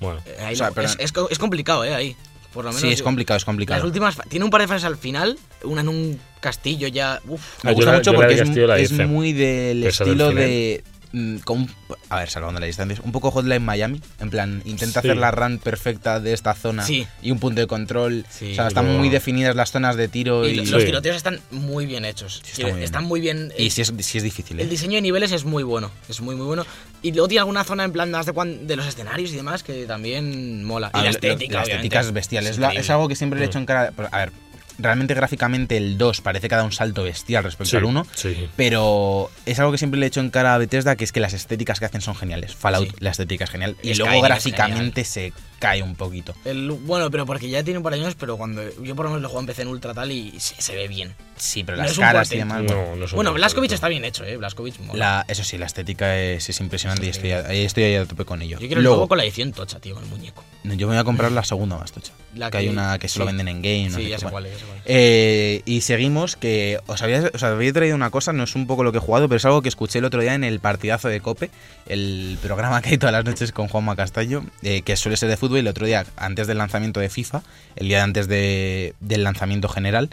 Bueno,
Eh, ahí
O sea,
no-
pero-
es, es co- es complicado, ¿eh? Ahí. Por lo menos.
Sí, es
yo-
complicado, es
Las
complicado.
últimas. fa- Tiene un par de fases al final, una en un castillo ya. Uf,
Ah,
Me
yo
gusta
la-
mucho
yo la
porque
del
es,
castillo la
es
hice.
muy del
Esa del
estilo
final.
de. mm, con un- a ver, salvando las distancias. Un poco Hotline Miami. En plan, intenta
Sí.
hacer la run perfecta de esta zona
Sí.
y un punto de control.
Sí,
o sea, están
pero-
muy definidas las zonas de tiro.
y
Y,
los
Sí.
tiroteos están muy bien hechos.
Sí, está
Quiero-
muy bien.
están muy bien.
y sí, es, sí es difícil. ¿eh?
El diseño de niveles es muy bueno, es muy muy bueno. Y luego tiene alguna zona en plan más de, cuan- de los escenarios y demás que también mola. y
Ah, lo-
la
lo-
estética,
la
obviamente.
estética es bestial. Es, la- es
increíble.
algo que siempre le he hecho en cara. pero, A ver, realmente gráficamente el 2 parece que da un salto bestial respecto
sí,
al 1.
Sí.
Pero es algo que siempre le he hecho en cara a Bethesda, que es que las estéticas que hacen son geniales. Fallout,
Sí.
la estética es genial. Y
Skyrim
luego
es
gráficamente se cae un poquito.
El- bueno, pero porque ya tiene un par de años, pero cuando yo por lo menos lo juego en PC en Ultra tal y se, se ve bien.
Sí, pero
No
las
es un
caras y
portento.
demás. bueno.
No, no son
bueno,
muy
Blaskovic
fuertes.
está bien hecho, ¿eh? Blaskovic mola.
La- eso sí, la estética es, es impresionante y estoy, a- ahí estoy ahí a tope con ello.
Yo quiero el
Luego,
juego con la edición tocha, tío, con el muñeco.
no, yo me voy a comprar la segunda más tocha.
La
que hay
que-
una que solo
sí.
venden en game. no
sí,
sé
ya
qué,
sé
bueno.
cuál es. ya sé cuál es.
Eh, y seguimos, que os había, os había traído una cosa, no es un poco lo que he jugado, pero es algo que escuché el otro día en el partidazo de Cope, el programa que hay todas las noches con Juanma Castaño, eh, que suele ser de fútbol, y el otro día, antes del lanzamiento de FIFA, el día antes de- del lanzamiento general,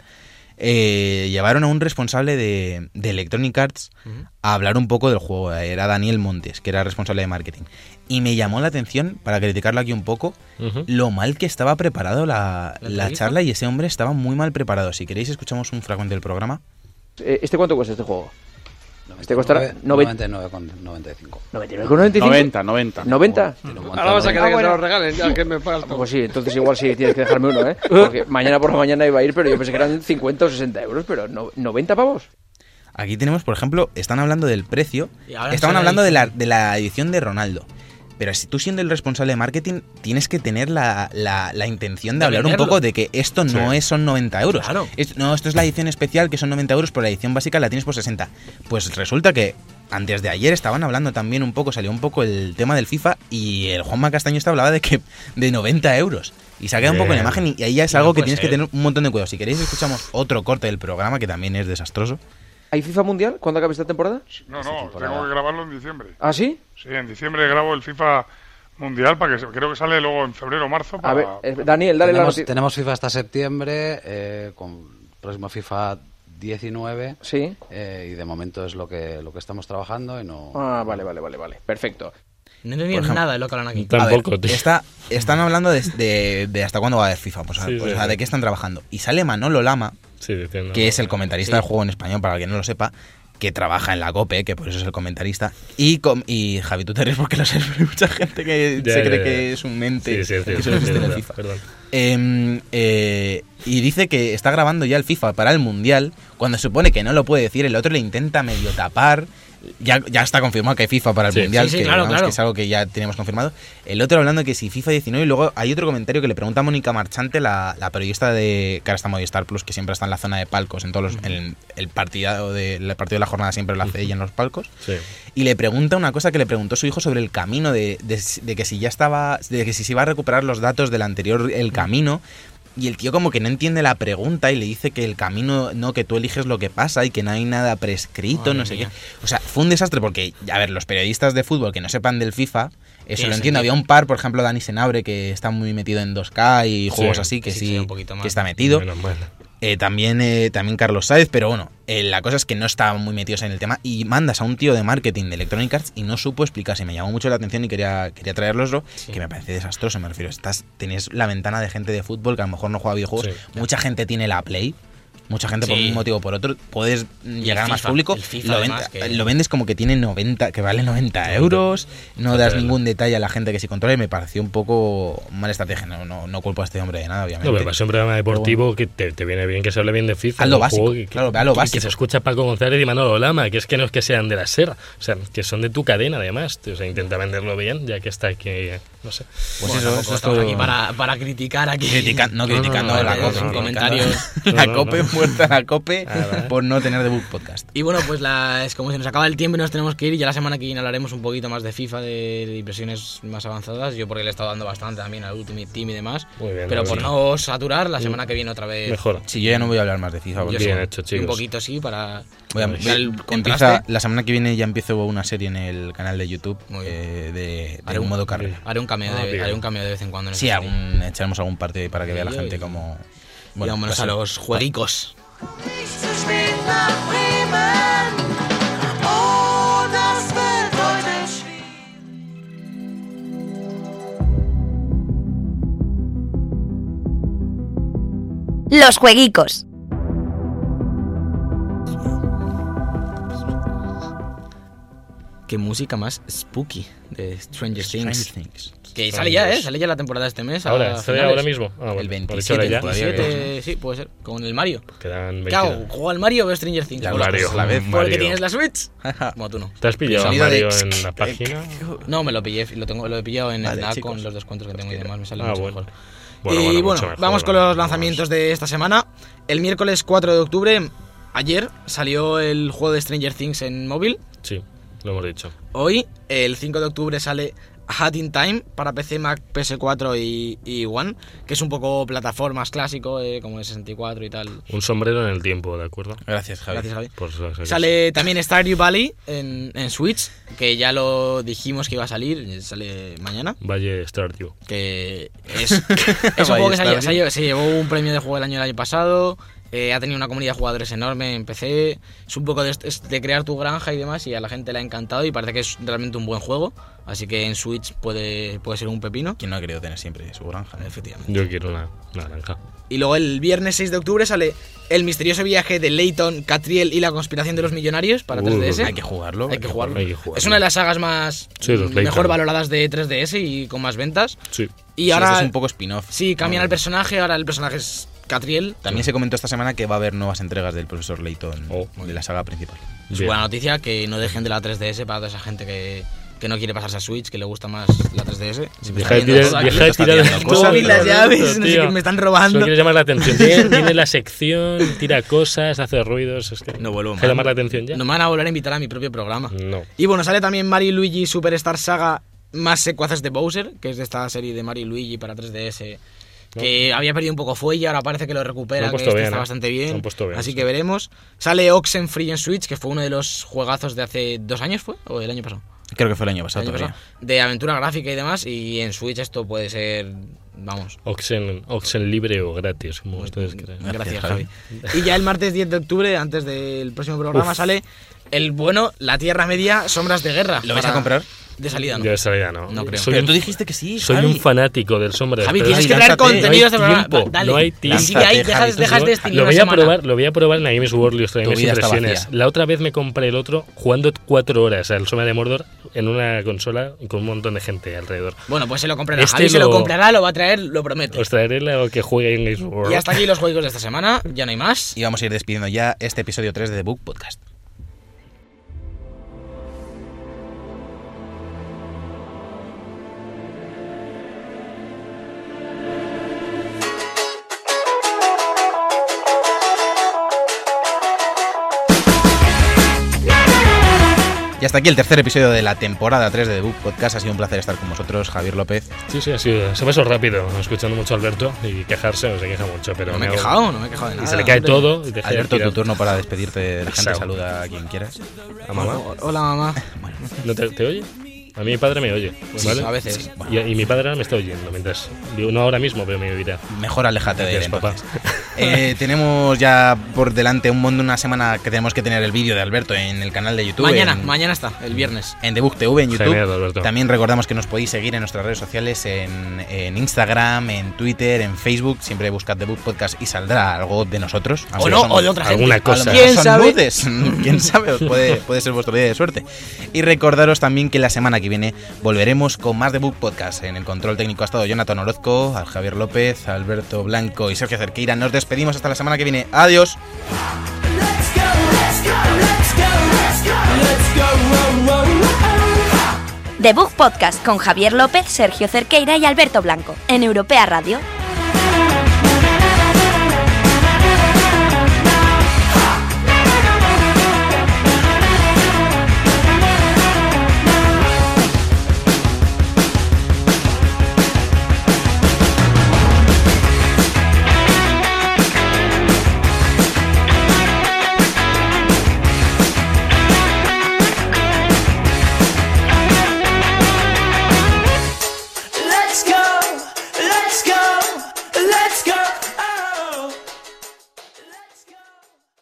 eh, llevaron a un responsable de, de Electronic Arts
Ujú.
a hablar un poco del juego. Era Daniel Montes, que era responsable de marketing. Y me llamó la atención, para criticarlo aquí un poco,
Ujú.
lo mal que estaba preparado la,
¿La
la
entrevista?
charla y ese hombre estaba muy mal preparado. Si queréis, escuchamos un fragmento del programa.
Eh, ¿Este cuánto cuesta este juego? Este costará 90.
99,95.
99,95.
90, 90.
90.
Ahora vas a
querer que te lo
regalen, ya que me falta.
Ah, Pues sí, entonces igual sí tienes que dejarme uno, ¿eh? Porque mañana por la mañana iba a ir, pero yo pensé que eran 50 o 60 euros, pero no, 90 pavos.
Aquí tenemos, por ejemplo, están hablando del precio,
Y ahora
estaban
se
hablando de la,
analiza.
de la edición de Ronaldo. Pero si tú siendo el responsable de marketing, tienes que tener la, la- la intención de,
De
hablar
venderlo.
un poco de que esto no
Sí.
es son 90 euros.
Claro.
Es- no, esto es la edición especial que son 90 euros, pero la edición básica la tienes por 60. Pues resulta que antes de ayer estaban hablando también un poco, salió un poco el tema del FIFA y el Juanma Castaño está hablaba de que de 90 euros. Y se ha quedado un poco en la
Bien.
imagen y- y ahí ya es
No
algo que
puede
tienes que
ser.
tener un montón de cuidado. Si queréis escuchamos otro corte del programa que también es desastroso.
¿Hay FIFA Mundial? ¿Cuándo acabe esta temporada?
No,
esta
no,
temporada.
tengo que grabarlo en diciembre.
¿Ah, sí?
Sí, en diciembre grabo el FIFA Mundial, para que se- creo que sale luego en febrero o marzo.
A
Para,
ver, eh, Daniel, dale la
tenemos,
noticia.
tenemos FIFA hasta septiembre, eh, con próximo FIFA 19.
Sí.
eh, y de momento es lo que, lo que estamos trabajando y no...
Ah, vale, vale, vale, vale. Perfecto.
No he entendido
por ejemplo,
nada de lo que hablan aquí.
tal-
A
Tampoco, tío.
está- están hablando de, de- de hasta cuándo va a haber FIFA, pues, a-
Sí,
pues,
sí,
o sea,
sí.
de qué están trabajando. Y sale Manolo Lama,
Sí, diciendo-
que es el comentarista del juego en español, para el que no lo sepa, que trabaja en la COPE, que por eso es el comentarista. Y, com- y Javi, tú te ríes porque lo sabes, pero hay mucha gente que
Ya,
se
ya,
cree
ya.
que es un
Sí,
ente.
sí, es
que
cierto,
solo
es
existe en el
cierto,
FIFA.
perdón.
Em, eh, y dice que está grabando ya el FIFA para el Mundial, cuando supone que no lo puede decir, el otro le intenta medio tapar. Ya, ya está confirmado que hay FIFA para el
Sí.
Mundial,
Sí, sí,
que,
claro,
vamos,
claro.
que es algo que ya tenemos confirmado. El otro hablando que si FIFA 19, y luego hay otro comentario que le pregunta a Mónica Marchante, la, la periodista de que ahora está en Movistar Plus, que siempre está en la zona de palcos, en todos los- en el, partido de, el partido de la jornada siempre lo hace ella en los palcos
Sí.
y le pregunta una cosa que le preguntó su hijo sobre el camino de, de si- de que si ya estaba de que si se iba a recuperar los datos del anterior el
Mm.
camino y el tío como que no entiende la pregunta y le dice que el camino no que tú eliges lo que pasa y que no hay nada prescrito
Madre
no sé
mía.
qué o sea fue un desastre porque a ver los periodistas de fútbol que no sepan del FIFA eso
Tiene
lo
sentido.
entiendo había un par por ejemplo Dani Senabre que está muy metido en 2K y juegos así que
sí,
sí,
sí, un poquito más.
que está metido
Menos mal.
eh, también, eh, también Carlos Sáez, pero bueno, eh, Eh, la cosa es que no estaban muy metidos en el tema y mandas a un tío de marketing de Electronic Arts y no supo explicarse. Me llamó mucho la atención y quería, quería traerloslo, que me parece desastroso, me refiero. Estás, tienes la ventana de gente de fútbol que a lo mejor no juega a videojuegos.
Sí,
Mucha gente tiene la Play. Mucha gente por
Sí.
un motivo o por otro, puedes llegar a más
FIFA,
público.
el FIFA
Lo,
además,
venta-
que-
lo vendes como que tiene 90, que vale 90 euros. No das
Vale.
ningún detalle a la gente que se controla y me pareció un poco mala estrategia. No, no, no culpo a este hombre de nada, obviamente.
No, pero para ser un programa deportivo
Pero
que te, te viene bien que se hable bien de FIFA.
Haz lo
un
básico,
juego que-
claro, ve a lo
que-
básico.
Que se escucha Paco González y Manolo Lama, que es que no es que sean de la SER, o sea, que son de tu cadena además. O sea, intenta venderlo bien, ya que está aquí, eh, no sé.
Pues
Bueno,
eso,
tampoco
eso es
estamos
todo.
aquí para, para criticar aquí.
Critica- no
No, no,
criticando
no,
la
no,
COPE.
no, no,
criticando-
comentarios.
La
No, no,
COPE,
no.
muerta la COPE
Ah, vale.
por no tener debut podcast.
Y bueno, pues la, es como se nos acaba el tiempo y nos tenemos que ir. Ya la semana que viene hablaremos un poquito más de FIFA, de impresiones más avanzadas. Yo porque le he estado dando bastante también al Ultimate Team y demás.
Muy bien,
Pero
muy
por
bien.
no saturar,
Mm,
la semana que viene otra vez.
Mejor.
Sí, yo ya no voy a hablar más de FIFA.
Yo
porque
Bien
sí,
hecho,
Un
chicos.
poquito sí para
voy a-
dar Pues, el contraste.
empieza, la semana que viene ya empiezo una serie en el canal de YouTube
Muy bien.
eh, de, de
Haré
un
un-
modo carrera.
Haré un cameo,
Ah,
de,
bien.
haré un cameo de vez en cuando. en
Sí,
esa serie.
algún- echaremos algún partido ahí para que vea la
Y-
gente
y-
como... pues
Y vámonos a los jueguicos.
Zu spät nach Bremen. Oh, das wird heute schwierig.
Los jueguicos.
Qué música más spooky de Stranger
Stranger
Things.
Things.
Que
Stranger
sale ya, ¿eh?
Things.
Sale ya la temporada este mes. a
Ahora, ¿sale
finales.
ahora mismo? Ah,
El
por
27
ahora
todavía
ya.
creo.
Siete- sí, puede ser. Con el Mario.
Quedan
¿Qué hago?
20.
¿Juego al Mario o veo Stranger Things?
Ya
Por-
Mario,
Mario,
la vez,
Porque
Mario.
tienes la Switch. Como tú no.
¿Te has pillado a
sonido de-
Mario en la página?
No, me lo pillé, lo, tengo, lo he pillado en
Vale,
el NAC
chicos.
con los descuentos que tengo y demás. Me sale
Ah,
mucho
bueno.
mejor.
Bueno,
y
bueno,
bueno,
mucho mejor,
vamos con
vale,
los
vamos.
lanzamientos de esta semana. El miércoles 4 de octubre, ayer, salió el juego de Stranger Things en móvil.
Sí, lo hemos dicho.
Hoy, el 5 de octubre, sale A Hat in Time para PC, Mac, PS4 y, y One, que es un poco plataformas clásico, eh, como de 64 y tal.
Un sombrero en el tiempo, ¿de acuerdo?
Gracias, Javi.
Gracias, Javi.
Por si acaso.
Sale también Stardew Valley en, en Switch, que ya lo dijimos que iba a salir, sale mañana.
Valle Stardew.
Que es, es un juego que se, ha- se ha- se llevó un premio de juego del año el año pasado. eh, ha tenido una comunidad de jugadores enorme en PC. Es un poco de, est- es de crear tu granja y demás. Y a la gente le ha encantado. Y parece que es realmente un buen juego. Así que en Switch puede, puede ser un pepino.
¿Quién no ha querido tener siempre su granja? no?
Efectivamente.
Yo quiero una naranja.
Y luego el viernes 6 de octubre sale El misterioso viaje de Leighton, Catriel y la conspiración de los millonarios para
Uh,
3DS.
Hay que jugarlo.
Hay que jugarlo.
Hay que jugarlo.
Es una de las sagas más
Sí, los
mm,
Layton.
mejor valoradas de 3DS y con más ventas.
Sí.
Y
Sí,
ahora
esto es un poco spin-off.
sí cambian
Ah,
el personaje, ahora el personaje es Catriel.
También se comentó esta semana que va a haber nuevas entregas del profesor Layton
Oh.
de la saga principal.
Es
Bien.
buena noticia que no dejen de la 3DS para toda esa gente que, que no quiere pasarse a Switch, que le gusta más la 3DS. Se me
Deja
está
de
yendo
tirar,
todo aquí.
deja de
está
tirar
tirando
todo,
cosas.
Cosas y las
tío.
llaves, no sé
Tío,
qué me están
Solo
robando.
quiere llamar la atención. Tiene, tiene la sección, tira cosas, hace ruidos. Es que
No vuelvo
Deja
más.
llamar la atención ya.
No me van a volver a invitar a mi propio programa.
No.
Y bueno, sale también Mario y Luigi Superstar Saga más secuaces de Bowser, que es de esta serie de Mario y Luigi para 3DS, que había perdido un poco fuelle, ahora parece que lo
Lo
recupera,
han
que
puesto
este
bien,
está
¿eh?
bastante
Lo
bien.
han puesto bien,
así
sí.
que veremos. Sale Oxenfree en Switch, que fue uno de los juegazos de hace dos años, ¿fue? ¿O el año pasado?
Creo que fue el año
El
pasado
año
todavía.
pasado. De aventura gráfica y demás, y en Switch esto puede ser, vamos, Mm,
Oxen, Oxen libre o gratis, como ustedes crean.
Gracias,
Gracias,
Javi. Y ya el martes 10 de octubre, antes del próximo programa, sale el bueno La Tierra Media, Sombras de Guerra.
¿Lo vais
Para-
a comprar?
De salida, ¿no?
Yo de salida no.
No creo.
Soy, un,
dijiste que sí.
soy un fanático del sombra.
Javi,
pero
tienes
es
que traer
lánzate.
contenido de
No hay
programa.
tiempo,
Dale.
no hay tiempo.
Y sigue ahí,
Lánzate,
dejas,
Javi,
dejas
tú-
lo
Destiny una
voy a
este semana.
probar, lo voy a probar en la Games World y os traigo
Tu
mis
vida está
impresiones.
vacía.
La otra vez me compré el otro jugando cuatro horas al Sombra de Mordor en una consola con un montón de gente alrededor.
Bueno, pues se lo comprará.
Este
Javi se lo
lo-
comprará, lo va a traer, lo promete.
Os traeré lo que juegue en Games World.
Y hasta aquí los juegos de esta semana. Ya no hay más.
Y vamos a ir despidiendo ya este episodio 3 de The Book Podcast. Y hasta aquí el tercer episodio de la temporada 3 de The Book Podcast. Ha sido un placer estar con vosotros, Javier López.
Sí, sí, ha sido- se pasó rápido, escuchando mucho a Alberto y quejarse, o se queja mucho, pero
No me he
hago-
quejado, no me he quejado de nada.
Y se le cae
Ah, hombre.
todo y deja de
Alberto,
tirar.
tu turno para despedirte de la gente.
Pesado.
Saluda a quien quieras.
¿A mamá?
Hola, mamá.
¿No te, te oye? A mí mi padre me oye, Pues ¿vale?
a veces.
Y, y mi padre ahora me está oyendo, mientras... digo, no ahora mismo, pero me oirá.
Mejor aléjate de él,
Gracias, papá.
entonces. Eh, tenemos ya por delante un montón, una semana que tenemos que tener el vídeo de Alberto en el canal de YouTube.
Mañana,
en-
mañana está, el viernes.
en Debug TV, en YouTube.
Genial, Alberto.
También recordamos que nos podéis seguir en nuestras redes sociales, en, en Instagram, en Twitter, en Facebook. Siempre buscad Debug Podcast y saldrá algo de nosotros.
O no, o de otra gente.
Ah, Alguna
cosa.
cosa.
¿Quién
son
sabe?
nudes. ¿Quién sabe? Os Puede, puede ser vuestro día de suerte. Y recordaros también que la semana que viene volveremos con más Debug Podcast. En el control técnico ha estado Jonathan Orozco, al Javier López, Alberto Blanco y Sergio Cerqueira. Nos despedimos hasta la semana que viene. Adiós.
The Book Podcast con Javier López, Sergio Cerqueira y Alberto Blanco en Europea Radio.